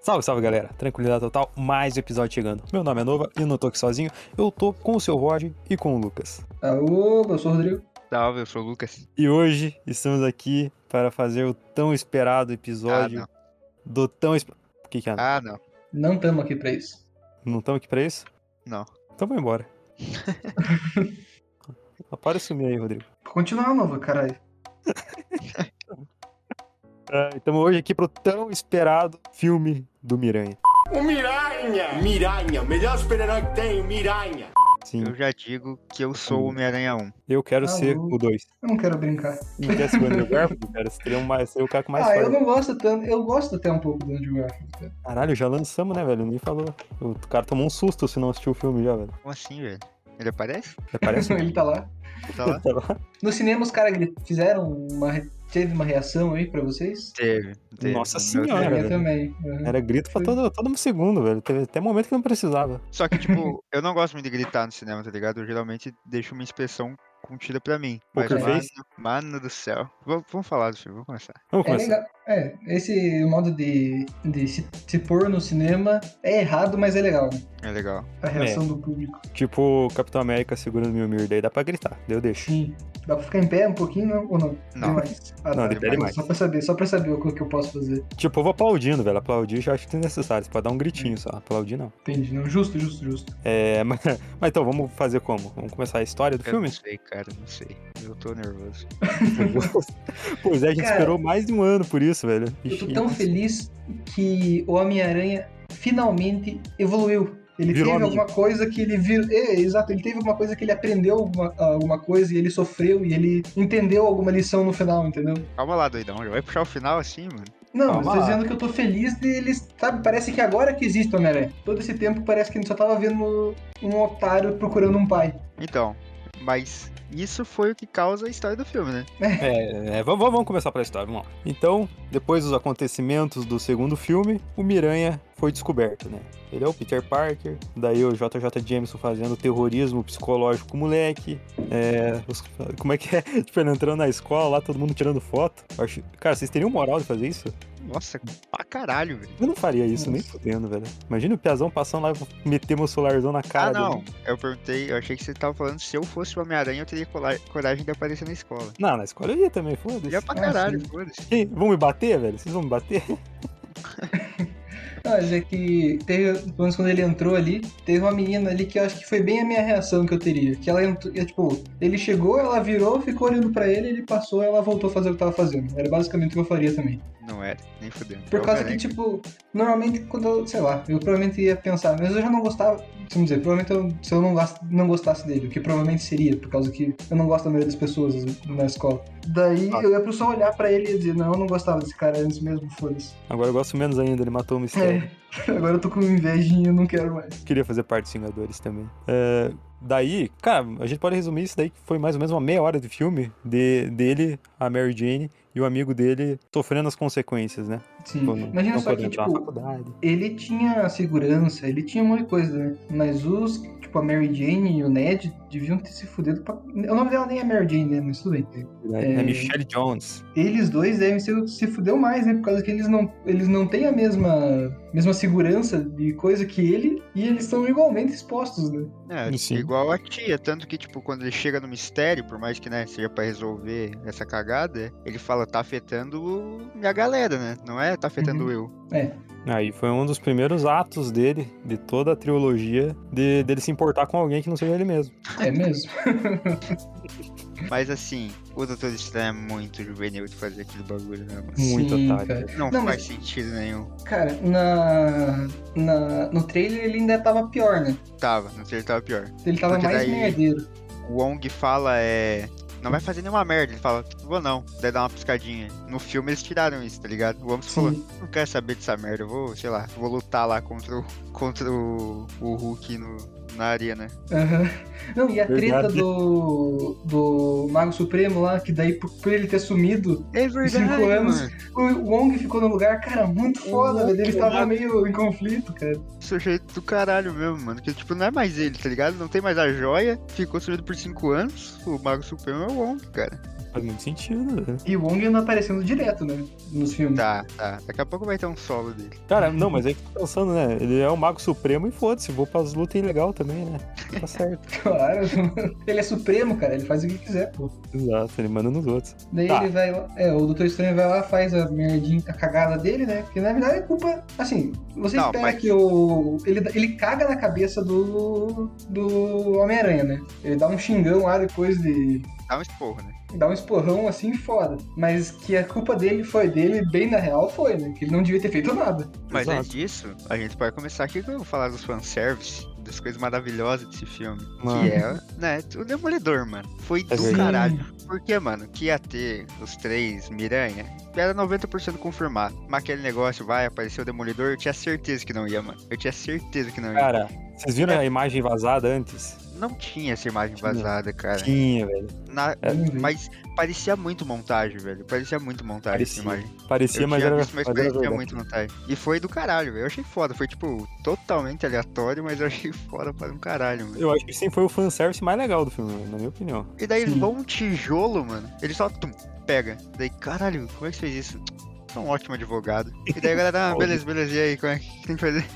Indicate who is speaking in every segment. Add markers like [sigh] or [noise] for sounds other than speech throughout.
Speaker 1: Salve, salve galera, tranquilidade total, mais um episódio chegando. Meu nome é Nova e não tô aqui sozinho, eu tô com o seu Roger e com o Lucas.
Speaker 2: Alô, eu sou o Rodrigo.
Speaker 3: Salve, eu sou o Lucas. Ah,
Speaker 1: E hoje estamos aqui para fazer o tão esperado episódio
Speaker 3: Ah,
Speaker 1: do tão. esp- O que que é?
Speaker 3: Ah, não.
Speaker 2: Não estamos aqui pra isso.
Speaker 1: Não estamos aqui pra isso?
Speaker 3: Não.
Speaker 1: Então vou embora.
Speaker 3: [laughs]
Speaker 1: Ah, Para de sumir aí, Rodrigo.
Speaker 2: Continuar novo, caralho.
Speaker 1: Ah, Estamos hoje aqui pro tão esperado filme do Miranha.
Speaker 4: O Miranha! Miranha, o melhor super-herói que tem, o Miranha!
Speaker 1: Sim,
Speaker 3: Eu já digo que eu sou o Homem-Aranha 1.
Speaker 1: eu quero
Speaker 2: Tá
Speaker 1: ser
Speaker 2: louco.
Speaker 1: o 2.
Speaker 2: Eu não quero brincar.
Speaker 1: Não quer ser o Andrew Garfield, cara? Seria, um mais, seria o cara com mais
Speaker 2: ah, eu
Speaker 1: forte.
Speaker 2: não gosto tanto. Eu gosto até um pouco do Andrew Garfield. [laughs] cara.
Speaker 1: Caralho, já lançamos, né, velho? Nem falou. O cara tomou um susto se não assistiu o filme já, velho.
Speaker 3: Como assim, velho? Ele aparece?
Speaker 1: Já
Speaker 2: [laughs]
Speaker 1: parece um
Speaker 2: Ele tá lá.
Speaker 3: Tá lá?
Speaker 1: Tá lá.
Speaker 2: No cinema, os caras gri- fizeram uma. re- Teve uma reação aí pra vocês?
Speaker 3: [laughs] Teve. teve.
Speaker 1: Nossa
Speaker 3: Meu
Speaker 1: senhora.
Speaker 3: Deus.
Speaker 2: eu
Speaker 1: velho.
Speaker 2: também. Uhum.
Speaker 1: Era grito pra todo, todo segundo, velho. Teve até momento que não precisava.
Speaker 3: Só que, tipo, eu não gosto muito de gritar no cinema, tá ligado? Eu geralmente deixo uma expressão contida pra mim. Mas,
Speaker 1: Poker
Speaker 3: mano,
Speaker 1: face?
Speaker 3: mano do céu. V- vamos falar do filme, vamos começar.
Speaker 1: Vamos
Speaker 2: É
Speaker 1: começar.
Speaker 2: legal. É, esse modo de, de se, se pôr no cinema é errado, mas é legal, né?
Speaker 3: É legal.
Speaker 2: A reação do público.
Speaker 1: tipo, Capitão América segurando Mimir, daí dá pra gritar. Daí eu deixo.
Speaker 2: Sim. Dá pra ficar em pé um pouquinho não? ou não?
Speaker 3: Não.
Speaker 2: Demais. Ah,
Speaker 1: Não,
Speaker 2: tá.
Speaker 1: de pé demais.
Speaker 2: Só pra saber, só pra saber o que que eu posso fazer.
Speaker 1: Tipo, eu vou aplaudindo, velho. Aplaudir já acho desnecessário. Você pode dar um gritinho só. Aplaudir não.
Speaker 2: Entendi, não? Justo, justo, justo.
Speaker 1: É, [laughs] mas, mas então, vamos fazer como? Vamos começar a história do
Speaker 2: É.
Speaker 3: Eu
Speaker 2: [laughs]
Speaker 1: filme?
Speaker 3: não sei, cara, não sei. Eu tô nervoso.
Speaker 1: pois é, a gente
Speaker 2: Cara.
Speaker 1: esperou mais de um ano por isso, velho.
Speaker 2: Eu tô
Speaker 1: Ixi,
Speaker 2: tão feliz que o Homem-Aranha finalmente evoluiu. Ele
Speaker 1: Virou
Speaker 2: teve
Speaker 1: amigo.
Speaker 2: alguma coisa que ele viu. É, exato, ele teve alguma coisa que ele aprendeu alguma, alguma coisa e ele sofreu e ele entendeu alguma lição no final, entendeu?
Speaker 3: Calma lá, doidão. Já vai puxar o final assim, mano?
Speaker 2: Não,
Speaker 1: Calma
Speaker 2: eu tô
Speaker 1: lá.
Speaker 2: dizendo que eu tô feliz deles. Sabe, parece que agora que existe o Homem-Aranha. Todo esse tempo parece que a gente só tava vendo um otário procurando um pai.
Speaker 3: Então, mas isso foi o que causa a história do filme, né?
Speaker 1: É, vamos, vamos- vamos começar pela história, vamos lá. Então, depois dos acontecimentos do segundo filme, o Miranha foi descoberto, né? Ele é o Peter Parker, daí o JJ Jameson fazendo terrorismo psicológico com o moleque. é, os- como é [laughs] que é? Tipo, ele entrando na escola lá, todo mundo tirando foto. Eu acho- cara, vocês teriam moral de fazer isso?
Speaker 3: Nossa, pra caralho, velho. Ah,
Speaker 1: Eu não faria isso nem
Speaker 2: Nossa.
Speaker 1: fudendo, velho. Imagina o Piazão passando lá e eu vou meter meu solarzão na cara
Speaker 3: Ah, não.
Speaker 1: dele.
Speaker 3: Eu perguntei, eu achei que você tava falando se eu fosse o Homem-Aranha, eu teria cola- coragem de aparecer na escola.
Speaker 1: Não, na escola eu ia também, foda-se.
Speaker 3: Já pra
Speaker 2: Nossa.
Speaker 3: caralho, foda-se.
Speaker 1: Ei, Vão me bater, velho? Vocês vão me bater?
Speaker 2: Não, mas é que teve, pelo menos quando ele entrou ali, teve uma menina ali que eu acho que foi bem a minha reação que eu teria. Que ela entrou, é, tipo, ele chegou, ela virou, ficou olhando pra ele, ele passou, ela voltou a fazer o que tava fazendo. Era basicamente o que eu faria também.
Speaker 3: Não era, nem fudendo.
Speaker 2: Por
Speaker 3: É o
Speaker 2: causa que,
Speaker 3: Homem-Aranha.
Speaker 2: tipo, normalmente quando, eu- sei lá, eu provavelmente ia pensar, mas eu já não gostava, vamos dizer, provavelmente eu- se eu não, gos- não gostasse dele, o que provavelmente seria, por causa que eu não gosto da maioria das pessoas na escola. Daí
Speaker 3: Ah.
Speaker 2: eu ia pro só olhar pra ele e dizer, não, eu não gostava desse cara antes mesmo, foda-se. [laughs]
Speaker 1: Agora eu gosto menos ainda, ele matou o mistério.
Speaker 2: É, agora eu tô com invejinha, eu não quero mais.
Speaker 1: queria fazer parte dos Vingadores também. É, daí, cara, a gente pode resumir isso daí que foi mais ou menos uma meia hora de filme de, dele, a Mary Jane e o amigo dele sofrendo as consequências, né?
Speaker 2: Sim.
Speaker 1: Tipo, não-
Speaker 2: Imagina
Speaker 1: não
Speaker 2: só que,
Speaker 1: podendo entrar na
Speaker 2: tipo,
Speaker 1: faculdade.
Speaker 2: ele tinha segurança, ele tinha um monte de coisa, né? Mas os, tipo, a Mary Jane e o Ned deviam ter se fudido pra... O nome dela nem é Mary Jane, né? Mas tudo bem.
Speaker 1: Né?
Speaker 2: é-
Speaker 1: É Michelle Jones.
Speaker 2: Eles dois devem ser, se fudeu mais, né? Por causa que eles não, eles não têm a mesma, mesma segurança de coisa que ele e eles são igualmente expostos, né?
Speaker 3: É,
Speaker 1: Sim.
Speaker 3: igual a tia, tanto que, tipo, quando ele chega no mistério, por mais que, né, seja pra resolver essa cagada, ele fala, tá afetando minha galera, né? Não é, tá afetando
Speaker 2: Uhum.
Speaker 3: eu.
Speaker 1: Aí foi um dos primeiros atos dele, de toda a trilogia, de, dele se importar com alguém que não seja ele mesmo.
Speaker 2: É mesmo.
Speaker 3: Mas, assim, o Doutor Estranho é muito juvenil de fazer aquele bagulho, né? mano?
Speaker 1: Muito
Speaker 2: Sim,
Speaker 1: otário.
Speaker 2: cara.
Speaker 3: Não,
Speaker 2: Não,
Speaker 3: faz sentido nenhum.
Speaker 2: [laughs] Cara, na, na, no trailer ele ainda tava pior, né?
Speaker 3: Tava, não sei, ele tava pior.
Speaker 2: Ele tava
Speaker 3: Porque
Speaker 2: mais
Speaker 3: daí-
Speaker 2: merdeiro.
Speaker 3: o Wong fala é. Não vai fazer nenhuma merda. Ele fala, vou não. Daí dá uma piscadinha. No filme eles tiraram isso, tá ligado? O Wong falou,
Speaker 2: Sim.
Speaker 3: não quero saber dessa merda. Eu vou, sei lá, vou lutar lá contra o, contra o, o Hulk no, na né?" arena.
Speaker 2: Aham. Não, e a treta
Speaker 1: Verdade.
Speaker 2: do, do Mago Supremo lá, que daí por, por ele ter sumido,
Speaker 3: É verdade,
Speaker 2: cinco anos.
Speaker 3: mano.
Speaker 2: o Wong ficou no lugar, cara, muito foda, velho. Ele tava meio em conflito, cara.
Speaker 3: Sujeito do caralho mesmo, mano. Que, tipo, não é mais ele, tá ligado? Não tem mais a joia. Ficou sujeito por cinco anos. O Mago Supremo é o Wong, cara.
Speaker 1: Faz muito sentido, né?
Speaker 2: E o Wong anda aparecendo direto, né? Nos filmes.
Speaker 3: Tá, tá. Daqui a pouco vai ter um solo dele.
Speaker 1: Cara, não, mas aí que eu tô pensando, né? Ele é o Mago Supremo e foda-se, vou pras lutas ilegal também, né? Tá certo. [laughs]
Speaker 2: [laughs] Claro. ele é supremo, cara. Ele faz o que quiser, pô.
Speaker 1: Exato, ele manda nos outros.
Speaker 2: Daí
Speaker 1: Tá.
Speaker 2: ele vai lá, é, o Doutor Estranho vai lá, faz a merdinha, a cagada dele, né? Que na verdade é culpa, assim, você
Speaker 3: Não,
Speaker 2: espera
Speaker 3: mas-
Speaker 2: que o... Ele, ele caga na cabeça do, do Homem-Aranha, né? Ele dá um xingão lá depois de...
Speaker 3: Dá um esporro, né?
Speaker 2: Dá um esporrão assim foda. Mas que a culpa dele foi dele, bem na real foi, né? Que ele não devia ter feito nada.
Speaker 3: Mas
Speaker 1: Exato.
Speaker 3: antes disso, a gente pode começar aqui com falar dos fanservice, das coisas maravilhosas desse filme.
Speaker 1: Mano.
Speaker 3: Que é, né, o Demolidor, mano. Foi do
Speaker 1: verdade.
Speaker 3: caralho. Porque, mano, que ia ter os três Miranha, era 90% confirmado. Mas aquele negócio, vai aparecer o Demolidor, eu tinha certeza que não ia, mano. Eu tinha certeza que não ia.
Speaker 1: Cara, vocês viram
Speaker 3: É.
Speaker 1: a imagem vazada antes?
Speaker 3: Não tinha essa imagem
Speaker 1: Tinha.
Speaker 3: vazada, cara.
Speaker 1: Tinha, velho.
Speaker 3: Na-
Speaker 2: Vamos ver.
Speaker 3: mas parecia muito montagem, velho. Parecia muito montagem
Speaker 1: Parecia.
Speaker 3: essa imagem.
Speaker 1: Parecia,
Speaker 3: Eu
Speaker 1: mas
Speaker 3: tinha
Speaker 1: era,
Speaker 3: visto,
Speaker 1: mas
Speaker 3: mas
Speaker 1: era
Speaker 3: parecia
Speaker 1: verdade.
Speaker 3: muito vantagem. E foi do caralho, velho. Eu achei foda. Foi, tipo, totalmente aleatório, mas eu achei [laughs] foda pra um caralho, mano.
Speaker 1: Eu acho que sim foi o fanservice mais legal do filme, na minha opinião.
Speaker 3: E daí eles
Speaker 2: Sim.
Speaker 3: vão um tijolo, mano. Ele só tum, pega. Daí, caralho, como é que você fez isso? Sou um ótimo advogado. E daí a galera, ah, beleza, beleza, e aí, como é que [laughs] tem que fazer?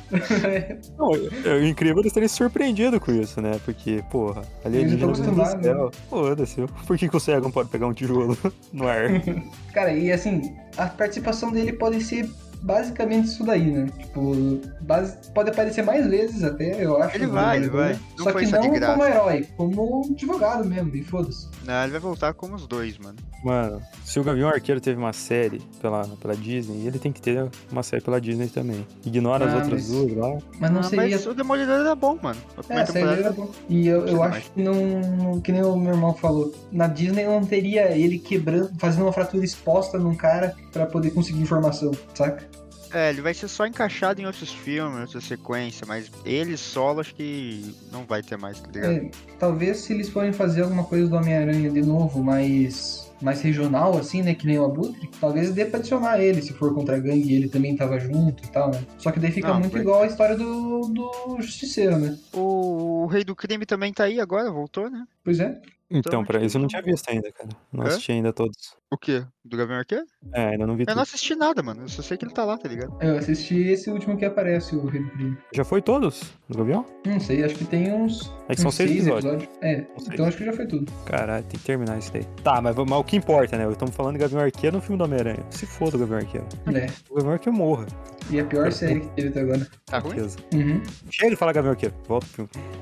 Speaker 1: Não, é é incrível eles terem se surpreendido com isso, né? Porque, porra, alienígenas
Speaker 2: Eles não
Speaker 1: do
Speaker 2: estão né?
Speaker 1: céu. Foda-se. Por que, que o cego não pode pegar um tijolo [laughs] no ar?
Speaker 2: [laughs] Cara, e assim, a participação dele pode ser basicamente isso daí, né? Tipo, base- pode aparecer mais vezes até, eu acho.
Speaker 3: Ele
Speaker 2: no
Speaker 3: vai, ele
Speaker 2: Demolidor.
Speaker 3: vai. Não
Speaker 2: só
Speaker 3: foi
Speaker 2: que
Speaker 3: só de
Speaker 2: não
Speaker 3: graça.
Speaker 2: como herói, como advogado mesmo, e foda-se.
Speaker 3: Não, ele vai voltar como os dois, mano.
Speaker 1: Mano, se o Gavião Arqueiro teve uma série pela, pela Disney, ele tem que ter uma série pela Disney também. Ignora as
Speaker 2: Ah,
Speaker 1: outras
Speaker 2: mas-
Speaker 1: duas lá. Então,
Speaker 2: Mas não
Speaker 3: Ah,
Speaker 2: seria.
Speaker 3: Mas o Demolidor era bom, mano. A
Speaker 2: É,
Speaker 3: primeira
Speaker 2: seria
Speaker 3: temporada
Speaker 2: era bom. E eu, eu
Speaker 3: Não,
Speaker 2: acho que não. Que nem o meu irmão falou. Na Disney não teria ele quebrando, fazendo uma fratura exposta num cara pra poder conseguir informação, saca?
Speaker 3: É, ele vai ser só encaixado em outros filmes, outras sequências, mas ele solo acho que não vai ter mais, tá ligado?
Speaker 2: É, talvez se eles forem fazer alguma coisa do Homem-Aranha de novo, mais, mais regional, assim, né? Que nem o Abutre, talvez dê pra adicionar ele, se for contra a gangue e ele também tava junto e tal, né? Só que daí fica
Speaker 3: Não,
Speaker 2: muito
Speaker 3: vai-
Speaker 2: igual a história do, do Justiceiro, né?
Speaker 3: O, o Rei do Crime também tá aí agora, voltou, né?
Speaker 2: Pois é.
Speaker 1: Então, pra
Speaker 3: acho
Speaker 1: isso eu não
Speaker 3: que-
Speaker 1: tinha visto ainda, cara. Não
Speaker 3: Hã?
Speaker 1: assisti ainda todos.
Speaker 3: O quê? Do Gavião Arqueiro?
Speaker 1: É, ainda não vi
Speaker 3: Eu
Speaker 1: tudo.
Speaker 3: não assisti nada, mano. Eu só sei que ele tá lá, tá ligado?
Speaker 2: Eu assisti esse último que aparece, o Rei do Crime.
Speaker 1: Já foi todos do Gavião?
Speaker 2: Não sei, acho que tem uns.
Speaker 1: É que são
Speaker 2: uns
Speaker 1: seis episódios.
Speaker 2: É,
Speaker 1: São seis.
Speaker 2: então acho que já foi tudo.
Speaker 1: Caralho, tem que terminar isso daí. Tá, mas, vamos- mas o que importa, né? Estamos falando de Gavião Arqueiro no filme do Homem-Aranha. Se foda o Gavião Arqueiro.
Speaker 2: É.
Speaker 1: O Gavião Arqueiro morra.
Speaker 2: E a pior série que teve até agora.
Speaker 3: Tá ruim?
Speaker 1: Beleza.
Speaker 2: Uhum.
Speaker 1: Chega de falar Gavião Arqueiro. Volta pro filme.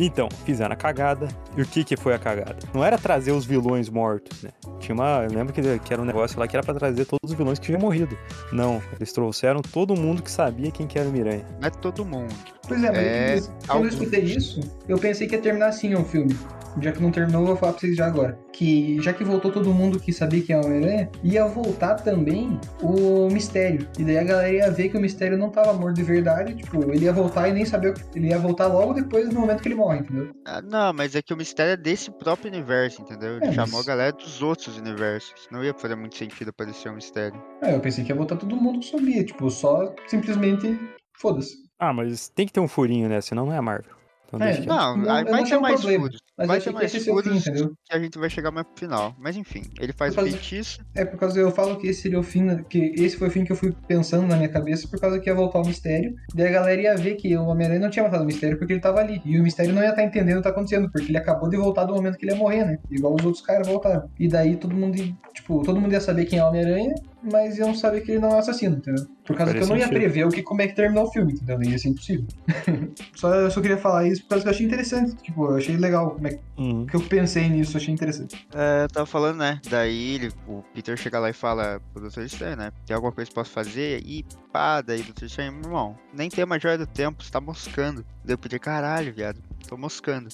Speaker 1: Então, fizeram a cagada. E o que que foi a cagada? Não era trazer os vilões mortos, né? Tinha uma... Eu lembro que, que era um negócio lá que era pra trazer todos os vilões que tinham morrido. Não, eles trouxeram todo mundo que sabia quem que era o Miranha.
Speaker 3: Não é todo mundo.
Speaker 2: Pois é, mas
Speaker 3: É,
Speaker 2: quando eu- quando eu
Speaker 3: alguns.
Speaker 2: escutei isso, eu pensei que ia terminar assim o filme. Já que não terminou, eu vou falar pra vocês já agora. Que já que voltou todo mundo que sabia quem é o Homem-Aranha, ia voltar também o Mistério. E daí a galera ia ver que o Mistério não tava morto de verdade. Tipo, ele ia voltar e nem sabia. o que- Ele ia voltar logo depois do momento que ele morre, entendeu?
Speaker 3: Ah, não, mas é que o mistério é desse próprio universo, entendeu? Ele
Speaker 2: É, mas-
Speaker 3: chamou a galera dos outros universos. Não ia fazer muito sentido aparecer um mistério.
Speaker 2: É, eu pensei que ia voltar todo mundo que sabia. Tipo, só simplesmente. Foda-se.
Speaker 1: Ah, mas tem que ter um furinho, né? Senão não é a Marvel. Então
Speaker 2: É,
Speaker 1: deixa quieto.
Speaker 3: Não,
Speaker 2: não-
Speaker 3: aí
Speaker 2: eu não
Speaker 3: vai
Speaker 2: achei
Speaker 3: ter
Speaker 2: um
Speaker 3: mais
Speaker 2: problema.
Speaker 3: escudos.
Speaker 2: Mas
Speaker 3: Vai
Speaker 2: eu
Speaker 3: ter
Speaker 2: achei que
Speaker 3: mais
Speaker 2: esse é o fim,
Speaker 3: escudos
Speaker 2: entendeu?
Speaker 3: que a gente vai chegar mais pro final. Mas enfim, ele faz
Speaker 2: Por
Speaker 3: o
Speaker 2: causa-
Speaker 3: feitiço.
Speaker 2: É, por causa eu falo que esse seria o fim, que esse foi o fim que eu fui pensando na minha cabeça, por causa que ia voltar o mistério. Daí a galera ia ver que o Homem-Aranha não tinha matado o mistério porque ele tava ali. E o mistério não ia estar entendendo o que tá acontecendo, porque ele acabou de voltar do momento que ele ia morrer, né? Igual os outros caras voltaram. E daí todo mundo, ia- tipo, todo mundo ia saber quem é o Homem-Aranha, mas iam saber que ele não é um assassino, entendeu? Por causa
Speaker 1: Faz
Speaker 2: que eu não ia
Speaker 1: sentido.
Speaker 2: prever o que, como é que terminou o filme, entendeu? Ia ser impossível. [laughs] só, eu só queria falar isso por causa que eu achei interessante. Tipo, eu achei legal como é que-
Speaker 1: Uhum.
Speaker 2: que eu pensei nisso, eu achei interessante.
Speaker 3: É, eu tava falando, né? Daí ele, o Peter chega lá e fala pro Doutor Estranho, né? Tem alguma coisa que posso fazer? E pá, daí o Doutor Estranho, meu irmão, nem tem uma joia do tempo, você tá moscando. Daí o Peter, caralho, viado. tô moscando.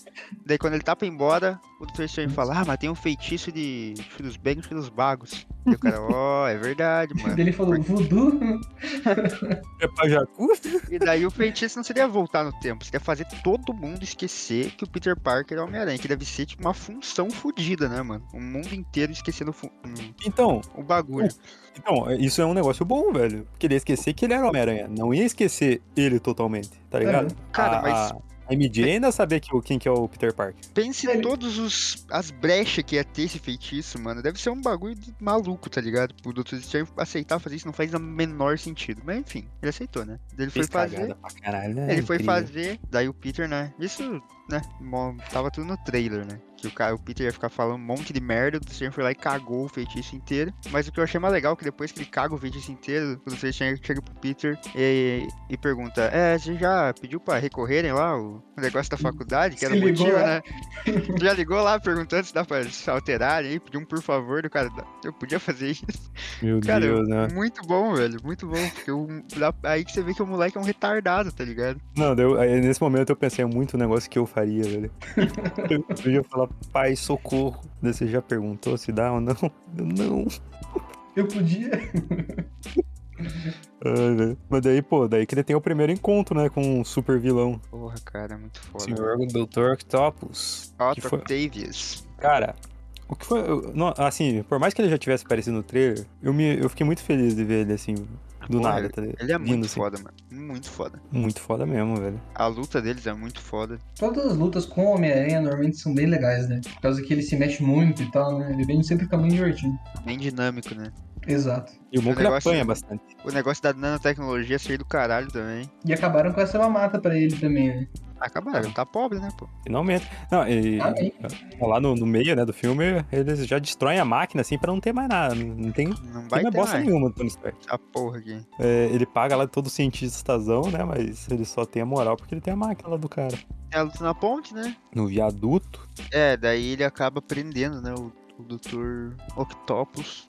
Speaker 3: Daí quando ele tá pra ir embora, o Doutor Estranho fala, ah, mas tem um feitiço de filhos bem e filhos bagos. Daí o cara, ó, é verdade, mano.
Speaker 2: Daí ele falou, voodoo?
Speaker 1: É pra Jacu?
Speaker 3: E daí o feitiço não seria voltar no tempo, seria fazer todo mundo esquecer que o Peter Parker é o Homem-Aranha, que deve ser tipo uma função fodida, né, mano? O mundo inteiro esquecendo o, fu- hum,
Speaker 1: Então,
Speaker 3: o bagulho.
Speaker 1: então, isso é um negócio bom, velho. Porque ele ia esquecer que ele era Homem-Aranha. Não ia esquecer ele totalmente, [laughs] tá ligado?
Speaker 3: É, Cara,
Speaker 1: A-
Speaker 3: mas-
Speaker 1: A MJ ainda sabia que, o- quem que é o Peter Parker.
Speaker 3: Pense em
Speaker 2: Ele-
Speaker 3: todos os as brechas que ia ter esse feitiço, mano. Deve ser um bagulho de maluco, tá ligado? O Doutor Estranho aceitar fazer isso não faz o menor sentido. Mas enfim, ele aceitou, né? Ele foi
Speaker 1: Fez
Speaker 3: fazer.
Speaker 1: cagada pra caralho, né?
Speaker 3: Ele foi
Speaker 1: Incrível.
Speaker 3: fazer, daí o Peter, né? Isso, né? mo- Tava tudo no trailer, né? Que o, cara, o Peter ia ficar falando um monte de merda, o Doutor Estranho foi lá e cagou o feitiço inteiro. Mas o que eu achei mais legal é que depois que ele caga o feitiço inteiro, o Doutor Estranho chega pro Peter e, e pergunta: É, você já pediu pra recorrerem lá o negócio da faculdade? Que era
Speaker 2: Se
Speaker 3: o
Speaker 2: ligou
Speaker 3: motivo,
Speaker 2: lá.
Speaker 3: né? [laughs] já ligou lá perguntando se dá pra se alterar aí, pediu um por favor do cara. Eu podia fazer isso.
Speaker 1: Meu
Speaker 3: Cara,
Speaker 1: Deus, né?
Speaker 3: Muito bom, velho. Muito bom. Porque o- dá- aí que você vê que o moleque é um retardado, tá ligado?
Speaker 1: Não, deu, aí nesse momento eu pensei é muito no negócio que eu faria,
Speaker 3: [laughs]
Speaker 1: velho. Eu ia falar, pai, socorro. Daí Você já perguntou se dá ou não? [laughs] Eu, não.
Speaker 2: Eu podia.
Speaker 1: Ai, velho. Mas daí, pô, daí que ele tem o primeiro encontro, né, com um super vilão.
Speaker 3: Porra, cara, é muito foda.
Speaker 1: Doutor Octopus. Que
Speaker 3: Otto
Speaker 1: foi-
Speaker 3: Octavius.
Speaker 1: Cara, o que foi. eu- não, assim, por mais que ele já tivesse aparecido no trailer, eu, me, eu fiquei muito feliz de ver ele, assim, do
Speaker 3: Porra,
Speaker 1: nada, tá ligado?
Speaker 3: Ele é
Speaker 1: Vindo,
Speaker 3: muito
Speaker 1: assim.
Speaker 3: foda, mano. Muito foda.
Speaker 1: Muito foda mesmo, velho.
Speaker 3: A luta deles é muito foda.
Speaker 2: Todas as lutas com o Homem-Aranha normalmente são bem legais, né? Por causa que ele se mexe muito e tal, né? Ele vem sempre fica bem divertido.
Speaker 3: Bem dinâmico, né?
Speaker 2: Exato.
Speaker 1: E o bom
Speaker 3: O
Speaker 1: que ele
Speaker 3: negócio-
Speaker 1: apanha bastante.
Speaker 3: O negócio da nanotecnologia sair do caralho também.
Speaker 2: E acabaram com essa mamata pra ele também, né?
Speaker 1: É.
Speaker 3: Acabaram, tá pobre, né, pô?
Speaker 1: Finalmente. Não, e,
Speaker 2: Ah, bem.
Speaker 1: lá no, no meio, né, do filme, eles já destroem a máquina, assim, pra não ter mais nada. Não, não tem,
Speaker 3: Não
Speaker 1: tem
Speaker 3: vai
Speaker 1: mais
Speaker 3: ter
Speaker 1: bosta
Speaker 3: mais
Speaker 1: nenhuma do Tony Stark.
Speaker 3: essa porra aqui.
Speaker 1: É, ele paga lá todo cientistazão, né, mas ele só tem a moral porque ele tem a máquina lá do cara.
Speaker 3: É a luta na ponte, né?
Speaker 1: No viaduto,
Speaker 3: É, daí ele acaba prendendo, né, o, o Dr. Octopus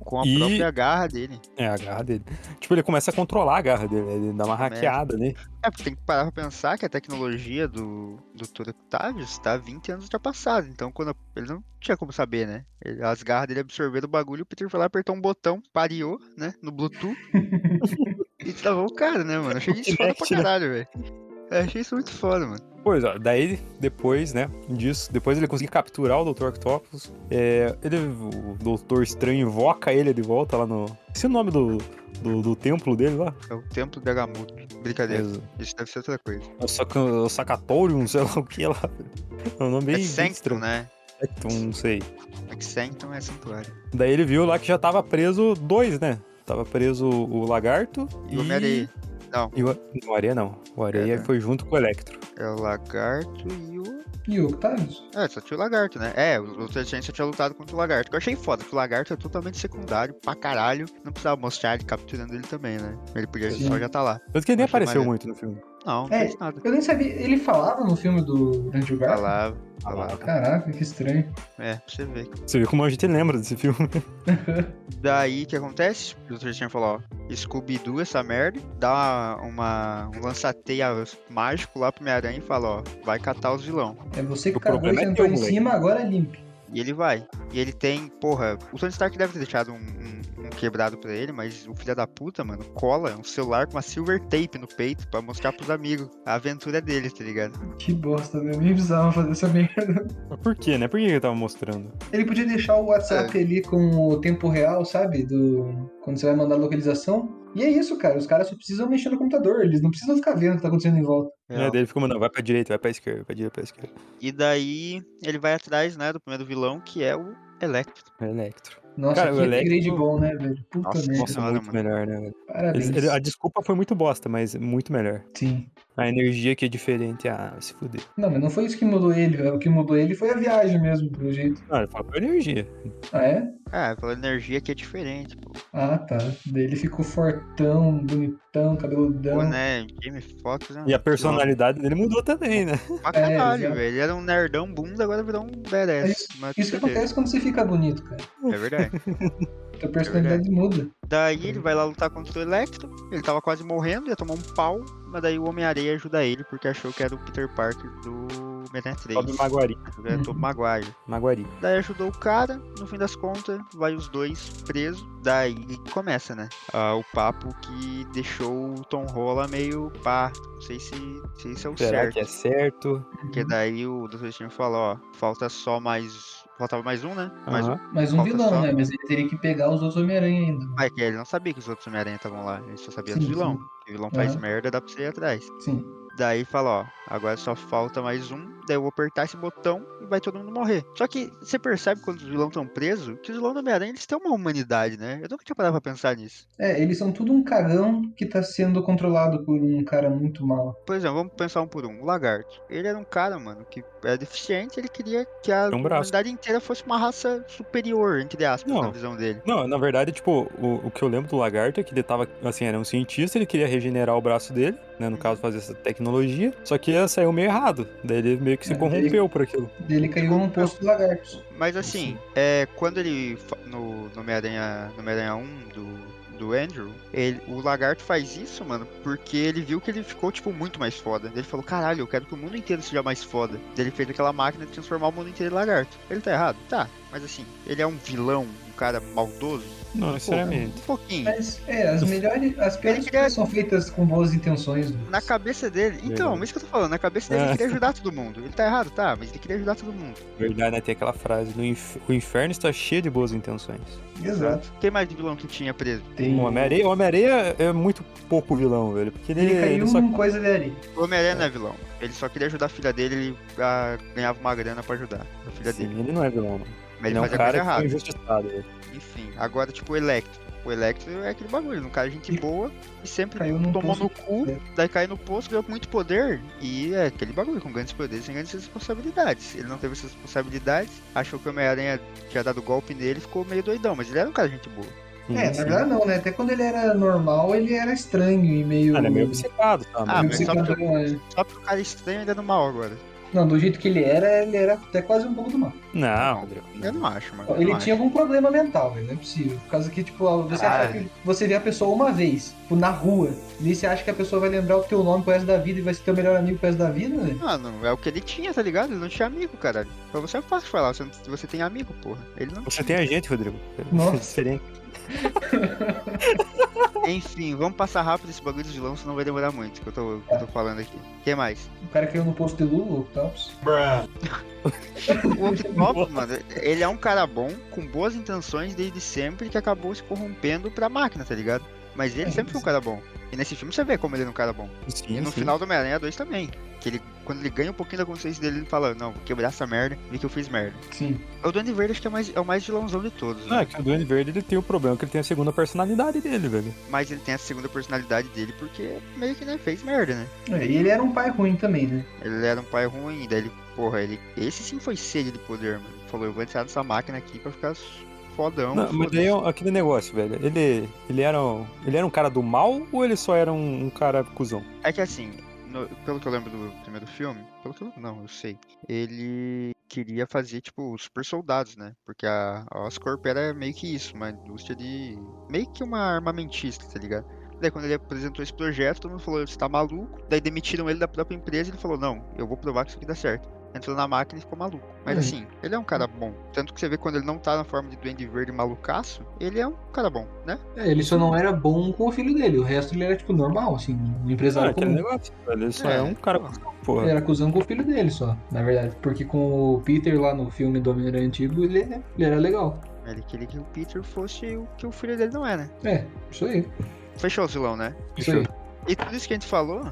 Speaker 3: com a
Speaker 1: E-
Speaker 3: própria garra dele.
Speaker 1: é a garra dele. Tipo, ele começa a controlar a garra dele, né, ele dá uma
Speaker 3: Merda.
Speaker 1: hackeada, né?
Speaker 3: É, porque tem que parar pra pensar que a tecnologia do Dr. Octavius tá 20 anos ultrapassada. Então, quando ele não tinha como saber, né? Ele- as garras dele absorveram o bagulho, o Peter foi lá, apertou um botão, pareou, né?
Speaker 1: [laughs]
Speaker 3: No Bluetooth. e travou o cara, né, mano? Achei isso foda pra
Speaker 1: Kinect, né?
Speaker 3: caralho, velho. Eu achei isso muito foda, mano.
Speaker 1: Pois ó, daí depois, né, disso, depois ele conseguir capturar o Dr. Octopus, é, ele, o Doutor Estranho invoca ele de volta lá no... Esse é o nome do, do, do templo dele lá?
Speaker 3: É o templo de Agamotto. Brincadeira. Isso deve ser outra coisa.
Speaker 1: É o saca- o Sacatorium, sei lá o que lá. É um nome bem
Speaker 3: é Sanctum,
Speaker 1: estranho.
Speaker 3: né?
Speaker 1: Sanctum, não sei.
Speaker 3: É que Sanctum é santuário.
Speaker 1: Daí ele viu lá que já tava preso dois, né? Tava preso o lagarto
Speaker 3: E o Homem-Areia.
Speaker 1: e o... não, o areia não. O areia
Speaker 3: É, né?
Speaker 1: foi junto com o Electro.
Speaker 3: É o lagarto e o...
Speaker 2: E o Octavius?
Speaker 3: É, só tinha o lagarto, né? É, o Dr. Strange só tinha lutado contra o lagarto. Que eu achei foda, que o lagarto é totalmente secundário, pra caralho. Não precisava mostrar ele capturando ele também, né? Ele podia
Speaker 2: Sim.
Speaker 3: só já tá lá.
Speaker 1: Tanto que ele nem
Speaker 3: Achei
Speaker 1: apareceu
Speaker 3: maneiro.
Speaker 1: muito no filme.
Speaker 3: Não, não
Speaker 2: É.
Speaker 3: fez nada.
Speaker 2: Eu nem sabia. Ele falava no filme do Andrew
Speaker 3: Tá
Speaker 2: Garfield?
Speaker 3: lá, tá lá.
Speaker 2: Caraca, que estranho.
Speaker 3: É, pra você ver.
Speaker 1: Você viu como a gente lembra desse filme. [laughs]
Speaker 3: Daí, o que acontece? O Dr. Strange falou, ó, Scooby-Doo essa merda, dá uma, um lança-teia mágico lá pro Homem-Aranha e fala, ó, vai catar os vilão.
Speaker 2: É você que
Speaker 1: O
Speaker 2: cagou e
Speaker 1: problema é
Speaker 2: sentou
Speaker 1: teu,
Speaker 2: em
Speaker 1: moleque.
Speaker 2: cima, agora limpe.
Speaker 3: E ele vai. E ele tem, porra, o Tony Stark deve ter deixado um, um- um quebrado pra ele, mas o filho da puta, mano, cola um celular com uma silver tape no peito pra mostrar pros amigos. A aventura dele, tá ligado?
Speaker 2: Que bosta, né? Eu nem precisava fazer essa merda.
Speaker 1: Mas por quê, né? Por que ele tava mostrando?
Speaker 2: Ele podia deixar o WhatsApp
Speaker 3: É.
Speaker 2: ali com o tempo real, sabe? Do... Quando você vai mandar a localização. E é isso, cara. Os caras só precisam mexer no computador. Eles não precisam ficar vendo o que tá acontecendo em volta.
Speaker 1: É, daí ele ficou mandando, vai pra direita, vai pra esquerda, vai pra direita, vai pra esquerda.
Speaker 3: E daí ele vai atrás, né, do primeiro vilão, que é o Electro.
Speaker 1: Electro.
Speaker 2: Nossa,
Speaker 1: Cara,
Speaker 2: que
Speaker 1: o Electro-
Speaker 2: upgrade bom, né, velho? Puta
Speaker 3: Nossa,
Speaker 2: merda.
Speaker 1: Nossa,
Speaker 3: Senhora,
Speaker 1: muito
Speaker 3: mano.
Speaker 1: melhor, né? velho?
Speaker 2: Parabéns.
Speaker 1: Eles- ele- a desculpa foi muito bosta, mas muito melhor.
Speaker 2: Sim.
Speaker 1: A energia que é diferente, ah, vai se fuder.
Speaker 2: Não, mas não foi isso que mudou ele. O que mudou ele foi a viagem mesmo, pelo jeito.
Speaker 1: Não, ele falou energia.
Speaker 2: Ah, é?
Speaker 3: É, pela energia que é diferente, pô.
Speaker 2: Ah, tá. Daí ele ficou fortão, bonitão, cabeludão.
Speaker 3: Pô, né, Jamie Foxx, né?
Speaker 1: E a personalidade dele mudou também, né?
Speaker 3: Pra
Speaker 2: É,
Speaker 3: caralho,
Speaker 2: exato.
Speaker 3: velho. Ele era um nerdão bunda, agora virou um
Speaker 2: É
Speaker 3: badass. Mas
Speaker 2: Isso que
Speaker 3: tudo bem,
Speaker 2: acontece quando você fica bonito, cara.
Speaker 3: É verdade.
Speaker 2: Tua personalidade muda.
Speaker 3: Daí
Speaker 1: Uhum.
Speaker 3: ele vai lá lutar contra o Electro. Ele tava quase morrendo, ia tomar um pau. Mas daí o Homem-Areia ajuda ele porque achou que era o Peter Parker do Homem-Aranha 3.
Speaker 1: Sobe Maguari.
Speaker 3: É, Tobey Maguire.
Speaker 1: Maguari.
Speaker 3: Daí ajudou o cara, no fim das contas, vai os dois presos. Daí começa, né? ah, o papo que deixou o Tom Rola meio pá. Não sei se, se isso é o
Speaker 1: Será
Speaker 3: certo.
Speaker 1: que é certo?
Speaker 3: Porque daí o Dr. Destino falou, ó, falta só mais. Faltava mais um, né? Mais um.
Speaker 1: Aham.
Speaker 2: Mas um
Speaker 3: Falta
Speaker 2: vilão,
Speaker 3: só-
Speaker 2: né? Mas ele teria que pegar os outros Homem-Aranha ainda.
Speaker 3: Mas que ele não sabia que os outros Homem-Aranha estavam lá. Ele só sabia
Speaker 2: Sim,
Speaker 3: do um vilão.
Speaker 2: sim.
Speaker 3: O vilão faz
Speaker 2: Aham.
Speaker 3: merda, dá pra você ir atrás.
Speaker 2: Sim.
Speaker 3: Daí fala, ó, agora só falta mais um. Daí eu vou apertar esse botão e vai todo mundo morrer. Só que você percebe quando os vilões estão presos que os vilões do Homem-Aranha eles têm uma humanidade, né? Eu nunca tinha parado pra pensar nisso.
Speaker 2: É, eles são tudo um cagão que tá sendo controlado por um cara muito mal.
Speaker 3: Por exemplo, vamos pensar um por um. O Lagarto. Ele era um cara, mano, que era deficiente, ele queria que a
Speaker 1: Tem um braço.
Speaker 3: humanidade inteira fosse uma raça superior, entre aspas,
Speaker 1: Não.
Speaker 3: na visão dele.
Speaker 1: Não, na verdade, tipo, o, o que eu lembro do lagarto é que ele tava, assim, era um cientista, ele queria regenerar o braço dele, né? No caso, fazer essa tecnologia. Só que ele saiu meio errado. Daí ele meio que se
Speaker 2: É,
Speaker 1: corrompeu por aquilo.
Speaker 2: Ele caiu num posto de lagartos.
Speaker 3: Mas assim, é, quando ele. fa- No no Homem-Aranha no Homem-Aranha 1 do, do Andrew, ele- o lagarto faz isso, mano, porque ele viu que ele ficou, tipo, muito mais foda. Ele falou, caralho, eu quero que o mundo inteiro seja mais foda. Daí Ele fez aquela máquina de transformar o mundo inteiro em lagarto. Ele tá errado? Tá. Mas assim, ele é um vilão, um cara maldoso?
Speaker 1: Não, necessariamente.
Speaker 3: Um pouquinho.
Speaker 2: Mas, é, as melhores. As piores
Speaker 3: Ele queria-
Speaker 2: são feitas com boas intenções. né?
Speaker 3: Na cabeça dele. Então,
Speaker 1: Verdade.
Speaker 3: mas isso que eu tô falando. Na cabeça dele,
Speaker 1: É.
Speaker 3: ele queria ajudar todo mundo. Ele tá errado, tá? Mas ele queria ajudar todo mundo.
Speaker 1: Na verdade, né? Tem aquela frase, no inf- o inferno está cheio de boas intenções.
Speaker 2: Exato.
Speaker 3: Quem mais de vilão que tinha preso?
Speaker 2: Tem...
Speaker 1: O Homem-Areia o Homem-Areia é muito pouco vilão, velho. Porque ele, é,
Speaker 2: Ele
Speaker 1: ele
Speaker 2: caiu
Speaker 1: só
Speaker 2: num coisa dele.
Speaker 3: O Homem-Aranha não é vilão. Ele só queria ajudar a filha dele. Ele ah, ganhava uma grana pra ajudar a filha
Speaker 1: Sim,
Speaker 3: dele.
Speaker 1: ele não é vilão, mano.
Speaker 3: Mas
Speaker 1: Ele
Speaker 3: ele,
Speaker 1: é um
Speaker 3: fazia coisa
Speaker 1: cara que
Speaker 3: errada.
Speaker 1: foi injustiçado. velho.
Speaker 3: Enfim, agora, tipo, o Electro. O Electro é aquele bagulho. Um cara gente
Speaker 2: Ele
Speaker 3: boa e sempre
Speaker 2: Caiu num
Speaker 3: tomou
Speaker 2: posto.
Speaker 3: no cu.
Speaker 1: É.
Speaker 3: Daí caiu no poço, ganhou muito poder. E é aquele bagulho. Com grandes poderes, sem grandes responsabilidades. Ele não teve essas responsabilidades. Achou que o Homem-Aranha tinha dado golpe nele. Ficou meio doidão. Mas ele era um cara gente boa.
Speaker 2: É,
Speaker 1: Sim.
Speaker 2: na verdade não, né? Até quando ele era normal, ele era estranho e meio.
Speaker 1: Ah, ele é meio obcecado, tá?
Speaker 3: Ah,
Speaker 2: meio
Speaker 1: Mas-
Speaker 3: mas só porque-
Speaker 2: psicadão, né?
Speaker 1: é.
Speaker 3: Só porque o cara é estranho ainda no mal agora.
Speaker 2: Não, do jeito que ele era, ele era até quase um pouco do mal.
Speaker 1: Não, Ah, Rodrigo.
Speaker 3: Eu não acho, mano.
Speaker 2: Ele
Speaker 3: não
Speaker 2: tinha algum problema mental, velho. Não é possível. Por causa que, tipo, você
Speaker 3: Ah,
Speaker 2: acha que você vê a pessoa uma vez, tipo, na rua. E você acha que a pessoa vai lembrar o teu nome pro resto da vida e vai ser teu melhor amigo pro resto da vida, né?
Speaker 3: acho. Mano, é o que ele tinha, tá ligado? Ele não tinha amigo, caralho. Pra você é fácil falar, você, não- você tem amigo, porra. Ele
Speaker 1: [laughs]
Speaker 3: não
Speaker 1: Você tem a gente, Rodrigo. [laughs]
Speaker 2: Nossa.
Speaker 1: Diferente.
Speaker 3: Enfim, vamos passar rápido esse bagulho de vilão, senão vai demorar muito, que eu tô, que eu tô falando aqui. Quem mais?
Speaker 2: O cara caiu no posto de Lula, o Octopus.
Speaker 3: O
Speaker 1: [laughs]
Speaker 3: Octopus, mano, ele é um cara bom, com boas intenções desde sempre, que acabou se corrompendo pra máquina, tá ligado? Mas ele
Speaker 2: É
Speaker 3: sempre foi um cara bom. E nesse filme você vê como ele é um cara bom.
Speaker 1: Sim,
Speaker 3: E no
Speaker 1: sim.
Speaker 3: final do Homem-Aranha 2 também. Que ele, quando ele ganha um pouquinho da consciência dele, ele fala, não, vou quebrar essa merda, vi que eu fiz merda.
Speaker 2: Sim.
Speaker 3: O Duende Verde acho que é, mais, é o mais vilãozão de todos,
Speaker 1: Não,
Speaker 3: né?
Speaker 1: é que o Duende Verde ele tem o problema que ele tem a segunda personalidade dele, velho.
Speaker 3: Mas ele tem a segunda personalidade dele porque meio que né, fez merda, né?
Speaker 2: É, e ele era um pai ruim também, né?
Speaker 3: Ele era um pai ruim, daí ele, porra, ele. Esse sim foi sede de poder, mano. Falou, eu vou entrar nessa máquina aqui pra ficar fodão.
Speaker 1: Não, mas
Speaker 3: Então, foda-se.
Speaker 1: daí é aquele negócio, velho. Ele, ele, era, um- ele era um cara do mal ou ele só era um, um cara cuzão?
Speaker 3: É que assim, no- pelo que eu lembro do primeiro filme, pelo que eu, não, eu sei, ele queria fazer, tipo, os super soldados, né? Porque a, a Oscorp era meio que isso, uma indústria de... meio que uma armamentista, tá ligado? Daí quando ele apresentou esse projeto, todo mundo falou, você tá maluco? Daí demitiram ele da própria empresa e ele falou, não, eu vou provar que isso aqui dá certo. Entrou na máquina e ficou maluco. Mas
Speaker 2: Uhum.
Speaker 3: assim, ele é um cara bom. Tanto que você vê quando ele não tá na forma de Duende Verde malucaço, ele é um cara bom, né?
Speaker 2: É, ele só não era bom com o filho dele. O resto ele era, tipo, normal, assim, um
Speaker 1: Não, é
Speaker 2: empresário
Speaker 1: aquele negócio, velho. Ele só é,
Speaker 3: É,
Speaker 1: um cara
Speaker 3: pô.
Speaker 1: cuzão,
Speaker 2: Ele
Speaker 1: porra.
Speaker 2: era cuzão com o filho dele só, na verdade. Porque com o Peter lá no filme do Homem-Aranha Antigo, ele, né, ele era legal.
Speaker 3: Ele queria que o Peter fosse o que o filho dele não é, né?
Speaker 2: É, isso aí.
Speaker 3: Fechou o vilão, né?
Speaker 2: Isso aí.
Speaker 3: E tudo isso que a gente falou,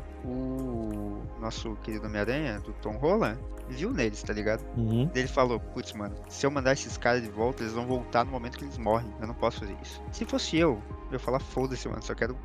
Speaker 3: o nosso querido Homem-Aranha, do Tom Holland, viu neles, tá ligado?
Speaker 1: Uhum.
Speaker 3: Ele falou, putz, mano, se eu mandar esses caras de volta, eles vão voltar no momento que eles morrem. Eu não posso fazer isso. Se fosse eu, eu ia falar, foda-se, mano, só quero